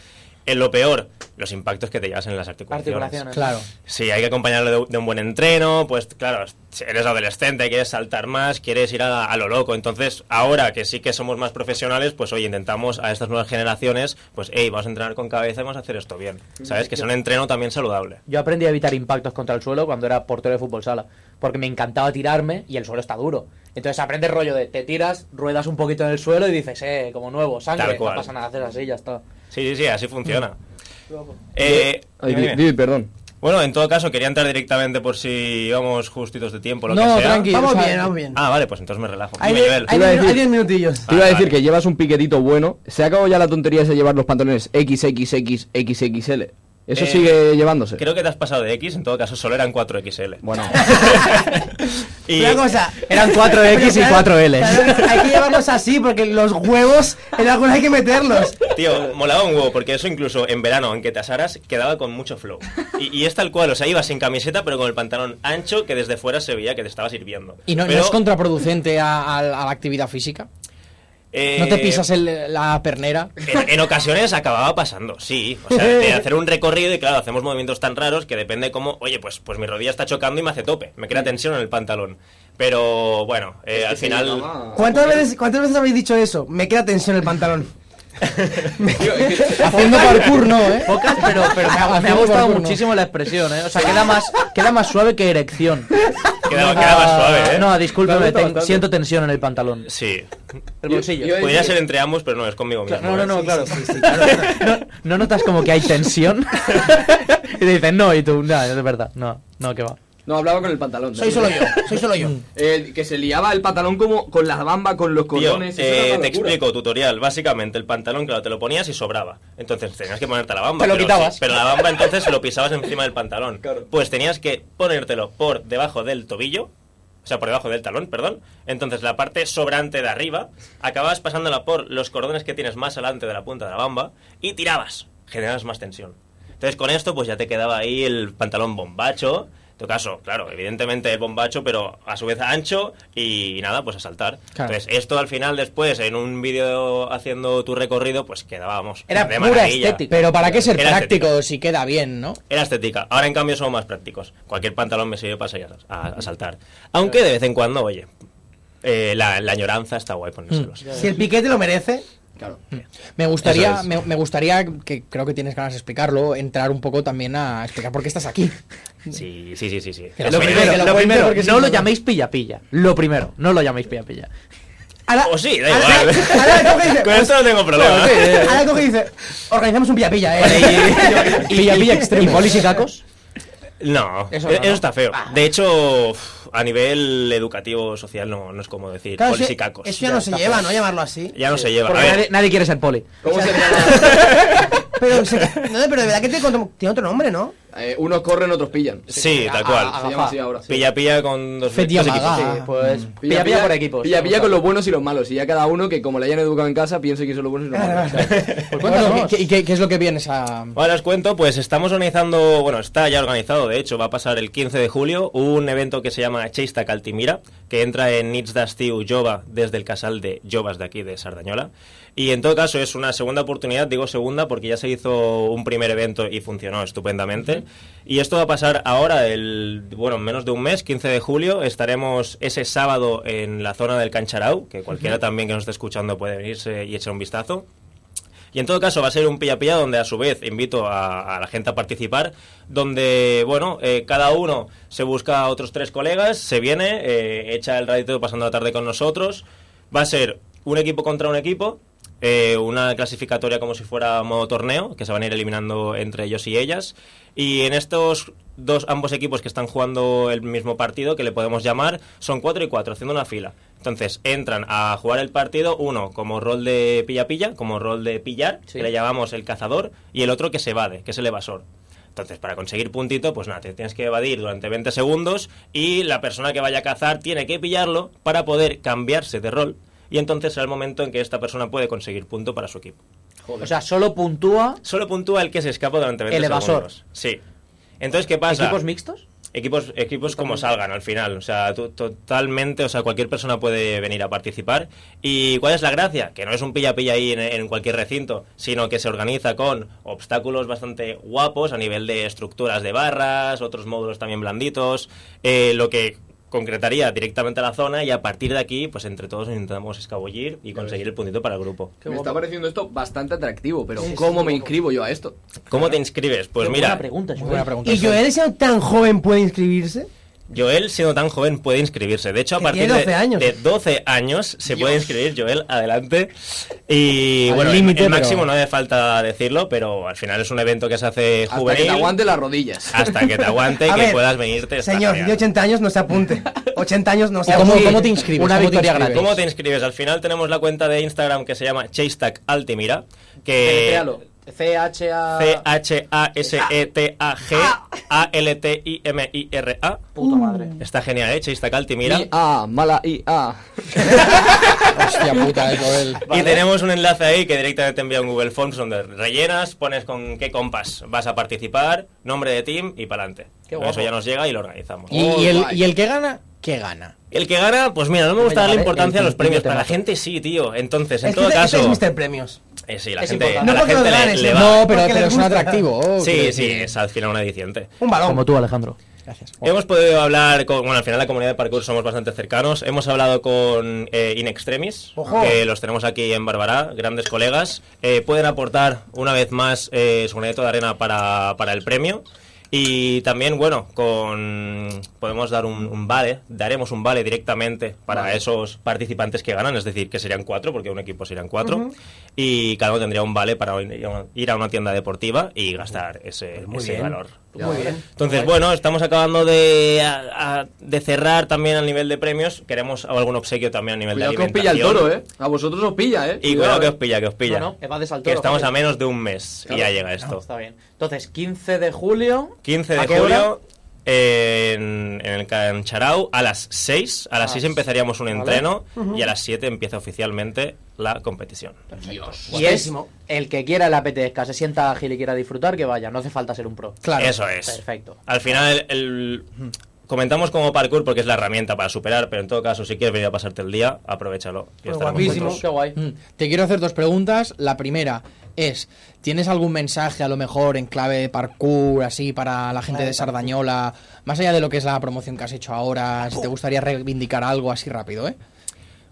Speaker 12: en lo peor, los impactos que te llevas en las articulaciones.
Speaker 3: Articulaciones. Claro.
Speaker 12: Sí, hay que acompañarlo de, de un buen entreno, pues claro, si eres adolescente, quieres saltar más, quieres ir a, a lo loco. Entonces, ahora que sí que somos más profesionales, pues oye, intentamos a estas nuevas generaciones, pues hey, vamos a entrenar con cabeza y vamos a hacer esto bien. ¿Sabes? Que es un entreno también saludable.
Speaker 3: Yo aprendí a evitar impactos contra el suelo cuando era portero de fútbol sala, porque me encantaba tirarme y el suelo está duro. Entonces aprendes rollo de te tiras, ruedas un poquito en el suelo y dices, eh, como nuevo, sangre,
Speaker 12: Tal
Speaker 3: no
Speaker 12: cual.
Speaker 3: pasa nada, haces así, ya está.
Speaker 12: Sí, sí, sí, así funciona.
Speaker 3: Guapo.
Speaker 12: Eh,
Speaker 2: Ay, di-
Speaker 12: perdón. Bueno, en todo caso, quería entrar directamente por si íbamos justitos de tiempo. Lo
Speaker 1: No,
Speaker 12: que sea.
Speaker 1: tranqui, Vamos o sea, bien, vamos bien.
Speaker 12: Ah, vale, pues entonces me relajo.
Speaker 1: Hay
Speaker 12: Dime,
Speaker 1: de-
Speaker 12: Joel.
Speaker 1: hay de- hay diez minutillos.
Speaker 2: Te iba a decir que llevas un piquetito bueno. Se acabó ya la tontería esa de llevar los pantalones XXX, XXL. Eso
Speaker 12: Eh,
Speaker 2: sigue llevándose.
Speaker 12: Creo que te has pasado de X, en todo caso solo eran 4XL. Bueno.
Speaker 1: Una cosa.
Speaker 4: Eran 4X y
Speaker 1: Pero
Speaker 4: 4L.
Speaker 1: claro, Hay que llevarlos así porque los huevos en algunos hay que meterlos.
Speaker 12: Tío, molaba un huevo, porque eso incluso en verano, aunque te asaras, quedaba con mucho flow. Y, y es tal cual, o sea, ibas sin camiseta, pero con el pantalón ancho que desde fuera se veía que te estabas sirviendo.
Speaker 4: ¿Y no, no
Speaker 12: Pero,
Speaker 4: es contraproducente a, a- a la actividad física?
Speaker 12: eh,
Speaker 4: ¿No te pisas el- la pernera?
Speaker 12: En, en ocasiones acababa pasando, sí. O sea,
Speaker 1: *laughs*
Speaker 12: de hacer un recorrido y claro, hacemos movimientos tan raros que depende cómo, oye, pues, pues mi rodilla está chocando y me hace tope. Me
Speaker 3: Mm.
Speaker 12: crea tensión en el pantalón.
Speaker 3: *laughs*
Speaker 12: Pero bueno, eh, al final...
Speaker 1: ¿Cuántas veces, ¿Cuántas veces habéis dicho eso? Me queda tensión en el pantalón.
Speaker 4: *laughs* Haciendo parkour no, ¿eh?
Speaker 3: Pocas, pero, pero me, ha, me ha
Speaker 4: Haciendo
Speaker 3: gustado
Speaker 4: parkour, no.
Speaker 3: muchísimo la expresión, ¿eh? O sea, queda más, queda más suave que erección. Ah,
Speaker 12: Queda, queda más suave, ¿eh?
Speaker 3: No, discúlpame,
Speaker 12: Claro,
Speaker 3: ten-
Speaker 12: bastante.
Speaker 3: siento tensión en el pantalón.
Speaker 12: Sí.
Speaker 3: El bolsillo.
Speaker 12: Podría ser entre ambos, pero no, es conmigo mismo.
Speaker 3: Claro, no, no, no,
Speaker 12: ¿eh?
Speaker 3: claro. *laughs* No, ¿no notas como que hay
Speaker 12: *laughs*
Speaker 3: tensión? y te dicen, no, y tú, no, es verdad, no, no, que va.
Speaker 2: No, hablaba con el pantalón.
Speaker 3: Soy solo yo,
Speaker 2: soy solo
Speaker 4: Mm.
Speaker 2: yo. que se liaba el pantalón como con la bamba, con los
Speaker 12: Tío,
Speaker 2: cordones. eso
Speaker 12: eh,
Speaker 2: era una
Speaker 12: te
Speaker 2: locura.
Speaker 12: explico, tutorial. Básicamente, el pantalón, claro, te lo ponías y sobraba. Entonces tenías que ponerte la bamba.
Speaker 3: Te lo
Speaker 12: pero
Speaker 3: quitabas.
Speaker 12: sí, Pero, la bamba entonces lo pisabas encima del pantalón. Pues tenías que ponértelo por debajo del tobillo. O sea, por debajo del talón, perdón. Entonces la parte sobrante de arriba, acababas pasándola por los cordones que tienes más adelante de la punta de la bamba y tirabas. Generabas más tensión. Entonces con esto pues ya te quedaba ahí el pantalón bombacho. En tu caso, claro, evidentemente es bombacho, pero a su vez ancho y nada, pues a saltar.
Speaker 3: Claro.
Speaker 12: Entonces esto al final después en un vídeo haciendo tu recorrido pues quedábamos.
Speaker 4: Era
Speaker 12: de
Speaker 4: pura
Speaker 12: maravilla.
Speaker 4: estética. Pero ¿para qué ser
Speaker 12: Era
Speaker 4: práctico
Speaker 12: estética.
Speaker 4: si queda bien, no?
Speaker 12: Era estética. Ahora en cambio somos más prácticos. Cualquier pantalón me sirve para salir a, a- a saltar. Aunque de vez en cuando, oye, eh, la, la añoranza está guay ponérselos.
Speaker 1: Si el piquete lo merece.
Speaker 2: Claro.
Speaker 4: Me gustaría,
Speaker 12: Eso es.
Speaker 4: me, me gustaría, que creo que tienes ganas de explicarlo, entrar un poco también a explicar por qué estás aquí.
Speaker 12: Sí, sí, sí, sí. sí.
Speaker 4: Lo primero,
Speaker 12: que
Speaker 4: lo
Speaker 12: cuente
Speaker 4: primero,
Speaker 12: porque si
Speaker 3: no lo
Speaker 12: no-
Speaker 3: llaméis pilla-pilla. Lo primero, no lo llaméis
Speaker 12: *laughs*
Speaker 3: pilla-pilla.
Speaker 12: O sí, da igual.
Speaker 1: Ahora coge y dice,
Speaker 12: Con esto no tengo problema.
Speaker 1: ahora coge y dice, organizamos un pilla-pilla,
Speaker 12: *laughs*
Speaker 1: eh.
Speaker 4: Y pilla-pilla extremo.
Speaker 3: ¿Y polis y cacos?
Speaker 12: No,
Speaker 3: Eso
Speaker 12: eso,
Speaker 3: no, no.
Speaker 12: está feo. De hecho, uf, a nivel educativo, social, no, no es como decir
Speaker 1: Claro,
Speaker 12: polis
Speaker 1: sí,
Speaker 12: y cacos.
Speaker 1: Eso ya pues. no se lleva, ¿no? Llamarlo así.
Speaker 12: Ya no se lleva.
Speaker 3: Porque
Speaker 12: A ver,
Speaker 3: nadie, nadie quiere ser poli.
Speaker 1: Pero, se- no, pero de verdad que te contó- tiene otro nombre, ¿no?
Speaker 2: Eh, unos corren, otros pillan.
Speaker 12: Sí, tal
Speaker 2: a-
Speaker 12: cual.
Speaker 2: a- Se llama así ahora. sí.
Speaker 12: Pilla pilla con dos,
Speaker 4: Fetia
Speaker 12: dos equipos.
Speaker 4: Magá.
Speaker 12: Sí.
Speaker 3: Pues pilla-pilla por equipos.
Speaker 2: Pilla pilla
Speaker 3: Vamos
Speaker 2: con
Speaker 3: a-
Speaker 2: los buenos y los malos. Y ya cada uno que, como le hayan educado en casa, piense que son los buenos y los malos.
Speaker 3: Pues
Speaker 4: Bueno,
Speaker 3: cuéntanos.
Speaker 4: ¿qué- ¿Y qué, qué es lo que vienes a...?
Speaker 12: Ahora os cuento, pues estamos organizando, bueno, está ya organizado, de hecho, va a pasar el 15 de julio un evento que se llama Cheista Caltimira, que entra en Nits d'Estiu Jova desde el casal de Jovas de aquí de Sardañola. Y en todo caso *laughs* es una segunda oportunidad, digo segunda porque ya se hizo un primer evento y funcionó estupendamente. Y esto va a pasar ahora, el, bueno, en menos de un mes, 15 de julio, estaremos ese sábado en la zona del Cancharau, que cualquiera también que nos esté escuchando puede venirse y echar un vistazo. Y en todo caso va a ser un pilla pilla donde a su vez invito a, a la gente a participar, donde, bueno, eh, cada uno se busca a otros tres colegas, se viene, eh, echa el ratito pasando la tarde con nosotros. Va a ser un equipo contra un equipo, eh, una clasificatoria como si fuera modo torneo, que se van a ir eliminando entre ellos y ellas. Y en estos dos, ambos equipos que están jugando el mismo partido, que le podemos llamar, son cuatro y cuatro, haciendo una fila. Entonces entran a jugar el partido, uno como rol de pilla-pilla, como rol de pillar,
Speaker 3: Sí.
Speaker 12: que le llamamos el cazador, y el otro que se evade, que es el evasor. Entonces, para conseguir puntito, pues nada, te tienes que evadir durante 20 segundos y la persona que vaya a cazar tiene que pillarlo para poder cambiarse de rol. Y entonces será el momento en que esta persona puede conseguir punto para su equipo.
Speaker 3: O sea, solo puntúa
Speaker 12: Solo puntúa el que se escapa durante 20
Speaker 3: El evasor.
Speaker 12: segundos. Sí. Entonces, ¿qué pasa?
Speaker 3: equipos mixtos.
Speaker 12: equipos, equipos como salgan al final. O sea, tú- totalmente, o sea, cualquier persona puede venir a participar. ¿Y cuál es la gracia? Que no es un pilla-pilla ahí en, en cualquier recinto, sino que se organiza con obstáculos bastante guapos a nivel de estructuras de barras, otros módulos también blanditos, eh, lo que concretaría directamente a la zona y a partir de aquí, pues entre todos intentamos escabullir y conseguir el puntito para el grupo.
Speaker 2: Me está pareciendo esto bastante atractivo, pero ¿cómo me inscribo yo a esto?
Speaker 12: ¿Cómo te inscribes? Pues mira,
Speaker 1: ¿Y Joel, siendo tan joven, puede inscribirse?
Speaker 12: Pues Joel, siendo tan joven, puede inscribirse. De hecho, a
Speaker 1: Que
Speaker 12: partir
Speaker 1: tiene 12
Speaker 12: de,
Speaker 1: años.
Speaker 12: de 12 años se puede inscribir, Joel, adelante. Y
Speaker 2: Al
Speaker 12: bueno, el-
Speaker 2: límite,
Speaker 12: el,
Speaker 2: pero-
Speaker 12: máximo no hace falta decirlo, pero al final es un evento que se hace
Speaker 2: Hasta
Speaker 12: juvenil.
Speaker 2: que te aguante las rodillas.
Speaker 12: Hasta que te aguante,
Speaker 1: A
Speaker 12: que
Speaker 1: ver,
Speaker 12: puedas venirte. está
Speaker 1: Señor,
Speaker 12: genial.
Speaker 1: de 80 años no se apunte. 80 años no se
Speaker 12: ¿Y
Speaker 1: apunte.
Speaker 12: ¿Cómo te inscribes? Al final tenemos la cuenta de Instagram que se llama Chasetac Altimira, que
Speaker 3: Deletréalo. C-H-A.
Speaker 12: E C-H-A-S-E-T-A-G-A-L-T-I-M-I-R-A.
Speaker 3: Puta madre.
Speaker 12: Está genial, ¿eh? Chasetac Altimira.
Speaker 2: Ah, mala
Speaker 4: *laughs*
Speaker 2: IA.
Speaker 12: Hostia
Speaker 4: puta, eh, Joel.
Speaker 12: Y tenemos un enlace ahí que directamente te envía un Google Forms donde rellenas, pones con qué compas vas a participar, nombre de team y para adelante.
Speaker 4: guapo.
Speaker 12: Eso ya nos llega y lo organizamos.
Speaker 4: Y, y
Speaker 1: Oh,
Speaker 4: el, y el que gana, ¿qué gana?
Speaker 12: El que gana, pues mira, no me
Speaker 4: Yo me
Speaker 12: gusta darle
Speaker 4: llamaré
Speaker 12: importancia a
Speaker 4: el
Speaker 12: los premios.
Speaker 4: Tito
Speaker 12: Para la
Speaker 4: Temazo.
Speaker 12: gente sí, tío. Entonces, en
Speaker 1: Es que
Speaker 12: todo
Speaker 1: este- este
Speaker 12: caso.
Speaker 1: es Mr. Premios.
Speaker 12: Eh, sí, la
Speaker 1: Es
Speaker 12: gente,
Speaker 1: importante. No
Speaker 12: a la
Speaker 1: porque lo
Speaker 12: gente le,
Speaker 1: ganes,
Speaker 12: le
Speaker 1: no,
Speaker 12: va.
Speaker 1: pero- Porque les
Speaker 4: es un
Speaker 1: gusta.
Speaker 4: atractivo. oh,
Speaker 12: Sí,
Speaker 4: que-
Speaker 12: sí, es al final un adiciente.
Speaker 1: Un balón.
Speaker 3: Como tú, Alejandro.
Speaker 12: Hemos podido hablar con, bueno, al final la comunidad de parkour somos bastante cercanos. Hemos hablado con eh, In Extremis,
Speaker 1: Ojo.
Speaker 12: que los tenemos aquí en Barbará, grandes colegas. Eh, pueden aportar una vez más eh, su granito de arena para, para el premio. Y también, bueno, con podemos dar un, un vale, daremos un vale directamente para esos participantes que ganan, es decir, que serían cuatro, porque un equipo serían cuatro,
Speaker 1: Ujú.
Speaker 12: y cada uno tendría un vale para ir a una- ir a una tienda deportiva y gastar ese,
Speaker 1: muy
Speaker 12: ese
Speaker 1: bien.
Speaker 12: valor.
Speaker 1: Ya Muy ves. bien.
Speaker 12: Entonces, bueno, estamos acabando de, a- a- de cerrar también al nivel de premios. Queremos algún obsequio también a nivel
Speaker 2: Cuidado
Speaker 12: de
Speaker 2: que os pilla
Speaker 12: alimentación.
Speaker 2: el toro, ¿eh? A vosotros os pilla, ¿eh?
Speaker 12: Y cuidado que os pilla, que os pilla.
Speaker 3: No, no, evades al
Speaker 12: que
Speaker 3: toro,
Speaker 12: estamos
Speaker 3: Javier.
Speaker 12: a menos de un mes y
Speaker 3: Claro.
Speaker 12: ya llega esto.
Speaker 3: No, está bien. Entonces, 15 de julio.
Speaker 12: 15
Speaker 3: ¿A
Speaker 12: de
Speaker 3: qué hora?
Speaker 12: julio en, en el Cancharau a las 6. A las
Speaker 3: Ah,
Speaker 12: 6 empezaríamos un entreno
Speaker 3: Ujú.
Speaker 12: y a las 7 empieza oficialmente la competición.
Speaker 2: Dios.
Speaker 3: Y es el que quiera la apetezca, se sienta ágil y quiera disfrutar, que vaya, no hace falta ser un pro.
Speaker 12: Eso es.
Speaker 3: Perfecto.
Speaker 12: Al final, el- el- comentamos como parkour porque es la herramienta para superar, pero en todo caso, si quieres venir a pasarte el día, aprovechalo. y estaremos juntos.
Speaker 4: Mm. Te quiero hacer dos preguntas. La primera es, ¿tienes algún mensaje a lo mejor en clave de parkour, así, para la gente de Sardañola? Más allá de lo que es la promoción que has hecho ahora, si te gustaría reivindicar algo así rápido, ¿eh?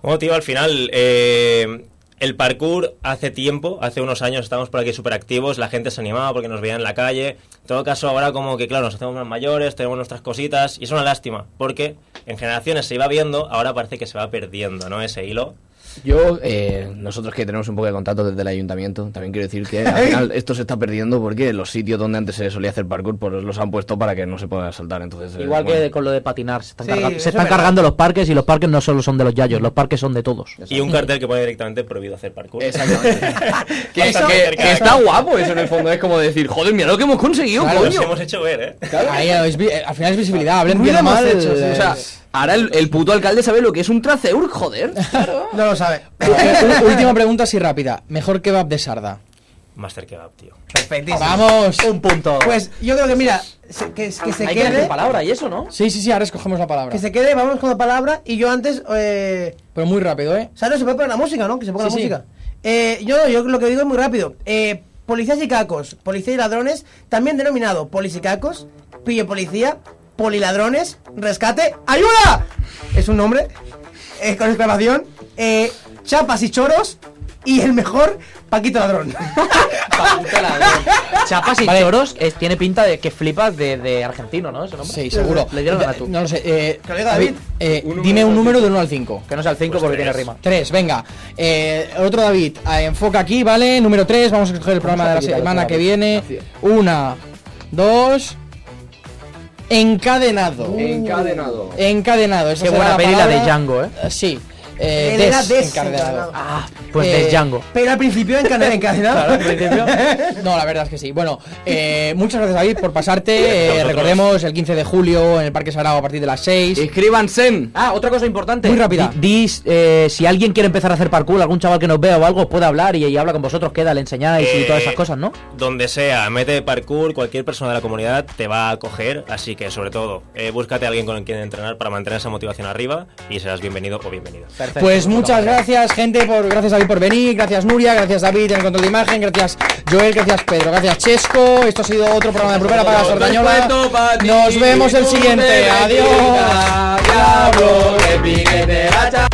Speaker 12: Bueno, tío, al final, eh, el parkour hace tiempo, hace unos años estábamos por aquí súper activos, la gente se animaba porque nos veía en la calle. En todo caso, ahora como que, claro, nos hacemos más mayores, tenemos nuestras cositas, y es una lástima, porque en generaciones se iba viendo, ahora parece que se va perdiendo, ¿no? Ese hilo.
Speaker 2: Yo, eh, nosotros que tenemos un poco de contacto desde el ayuntamiento, también quiero decir que
Speaker 4: *laughs*
Speaker 2: al final esto se está perdiendo porque los sitios donde antes se solía hacer parkour pues los han puesto para que no se pueda saltar. Entonces, eh,
Speaker 3: Igual
Speaker 2: bueno.
Speaker 3: que con lo de patinar, se están,
Speaker 2: Sí,
Speaker 3: cargando,
Speaker 2: eso
Speaker 3: se
Speaker 2: es
Speaker 3: están
Speaker 2: verdad.
Speaker 3: cargando los parques y los parques no solo son de los yayos, los parques son de todos.
Speaker 12: Y un cartel que pone directamente prohibido hacer parkour. Exactamente.
Speaker 2: Que, que- que está guapo eso en el fondo, es como decir, joder, mira lo que hemos conseguido,
Speaker 12: Claro,
Speaker 2: coño.
Speaker 12: nos hemos hecho ver, ¿eh?
Speaker 4: Ahí es vi- al final es visibilidad, hablen
Speaker 2: Muy
Speaker 4: bien o
Speaker 2: hemos
Speaker 4: mal.
Speaker 2: hecho, sí.
Speaker 4: eh,
Speaker 2: O sea, ahora el, el puto alcalde sabe lo que es un traceur, joder.
Speaker 4: No lo *laughs* sabe. Ú- eh, Última pregunta así rápida. Mejor kebab de sarda.
Speaker 12: Master Kebab, tío.
Speaker 1: Perfectísimo.
Speaker 4: Vamos.
Speaker 3: Un punto.
Speaker 1: Pues yo creo que, mira, se- que, que se
Speaker 3: Hay que
Speaker 1: quede.
Speaker 3: decir palabra y eso, ¿no?
Speaker 4: Sí, sí, sí, ahora escogemos la palabra.
Speaker 1: Que se quede, vamos con la palabra. Y yo antes. Eh...
Speaker 4: Pero muy rápido, ¿eh?
Speaker 1: O sea, no se puede poner la música, ¿no? Que se ponga
Speaker 4: Sí, sí.
Speaker 1: la música. Eh, yo, yo lo que digo es muy rápido. Eh, policías y cacos, policía y ladrones, también denominado policicacos, pillo policía, poliladrones, rescate, ¡ayuda! Es un nombre, eh, con exclamación, eh, chapas y choros, y el mejor, Paquito
Speaker 4: *laughs*
Speaker 1: Ladrón.
Speaker 3: Chapas y choros es- tiene pinta de que flipas de, de argentino, ¿no? Ese nombre.
Speaker 4: Sí, seguro.
Speaker 3: Le dieron a
Speaker 4: Eh,
Speaker 3: tú.
Speaker 4: No lo sé. eh,
Speaker 3: Que lo diga David.
Speaker 4: eh,
Speaker 3: Un
Speaker 4: dime
Speaker 3: número
Speaker 4: un
Speaker 3: del
Speaker 4: número del 1 al 5.
Speaker 3: Que no sea el 5 porque tiene rima.
Speaker 4: 3, Pues venga. Eh, otro David, eh, enfoca aquí, ¿vale? Número 3, vamos a escoger el programa de la
Speaker 3: a quitar el
Speaker 4: semana que
Speaker 3: David.
Speaker 4: viene. Una, dos. Encadenado.
Speaker 2: Encadenado.
Speaker 4: Encadenado. Esa
Speaker 3: Qué
Speaker 4: será
Speaker 3: buena
Speaker 4: la
Speaker 3: peli la de
Speaker 4: palabra.
Speaker 3: Django, ¿eh?
Speaker 4: Sí.
Speaker 3: Eh,
Speaker 1: Él
Speaker 3: Des
Speaker 1: era
Speaker 4: encadenado.
Speaker 1: desencadenado.
Speaker 3: Ah, pues Des Django.
Speaker 1: Pero al principio encadena- encadenado.
Speaker 4: *laughs* Claro, al principio. *laughs* No, la verdad es que sí. Bueno, eh, muchas gracias David por pasarte. Eh, recordemos el 15 de julio en el Parque Sarao a partir de las 6.
Speaker 2: Inscríbanse.
Speaker 3: Ah, otra cosa importante.
Speaker 4: Muy rápida.
Speaker 3: Di- dis, eh, si alguien quiere empezar a hacer parkour, algún chaval que nos vea o algo, puede hablar y, y habla con vosotros, queda, le enseñáis y
Speaker 12: Eh,
Speaker 3: todas esas cosas, ¿no?
Speaker 12: Donde sea, mete parkour, cualquier persona de la comunidad te va a acoger, así que sobre todo, eh, búscate a alguien con quien entrenar para mantener esa motivación arriba y serás bienvenido o bienvenida.
Speaker 4: Pues muchas gracias, gente, por gracias David por venir, gracias Nuria, gracias David en el control de imagen, gracias Joel, gracias Pedro, gracias Chesco. Esto ha sido otro programa de Propera para la Sardañola. Nos vemos el siguiente. Adiós.
Speaker 7: Diablo, que piquete la cha-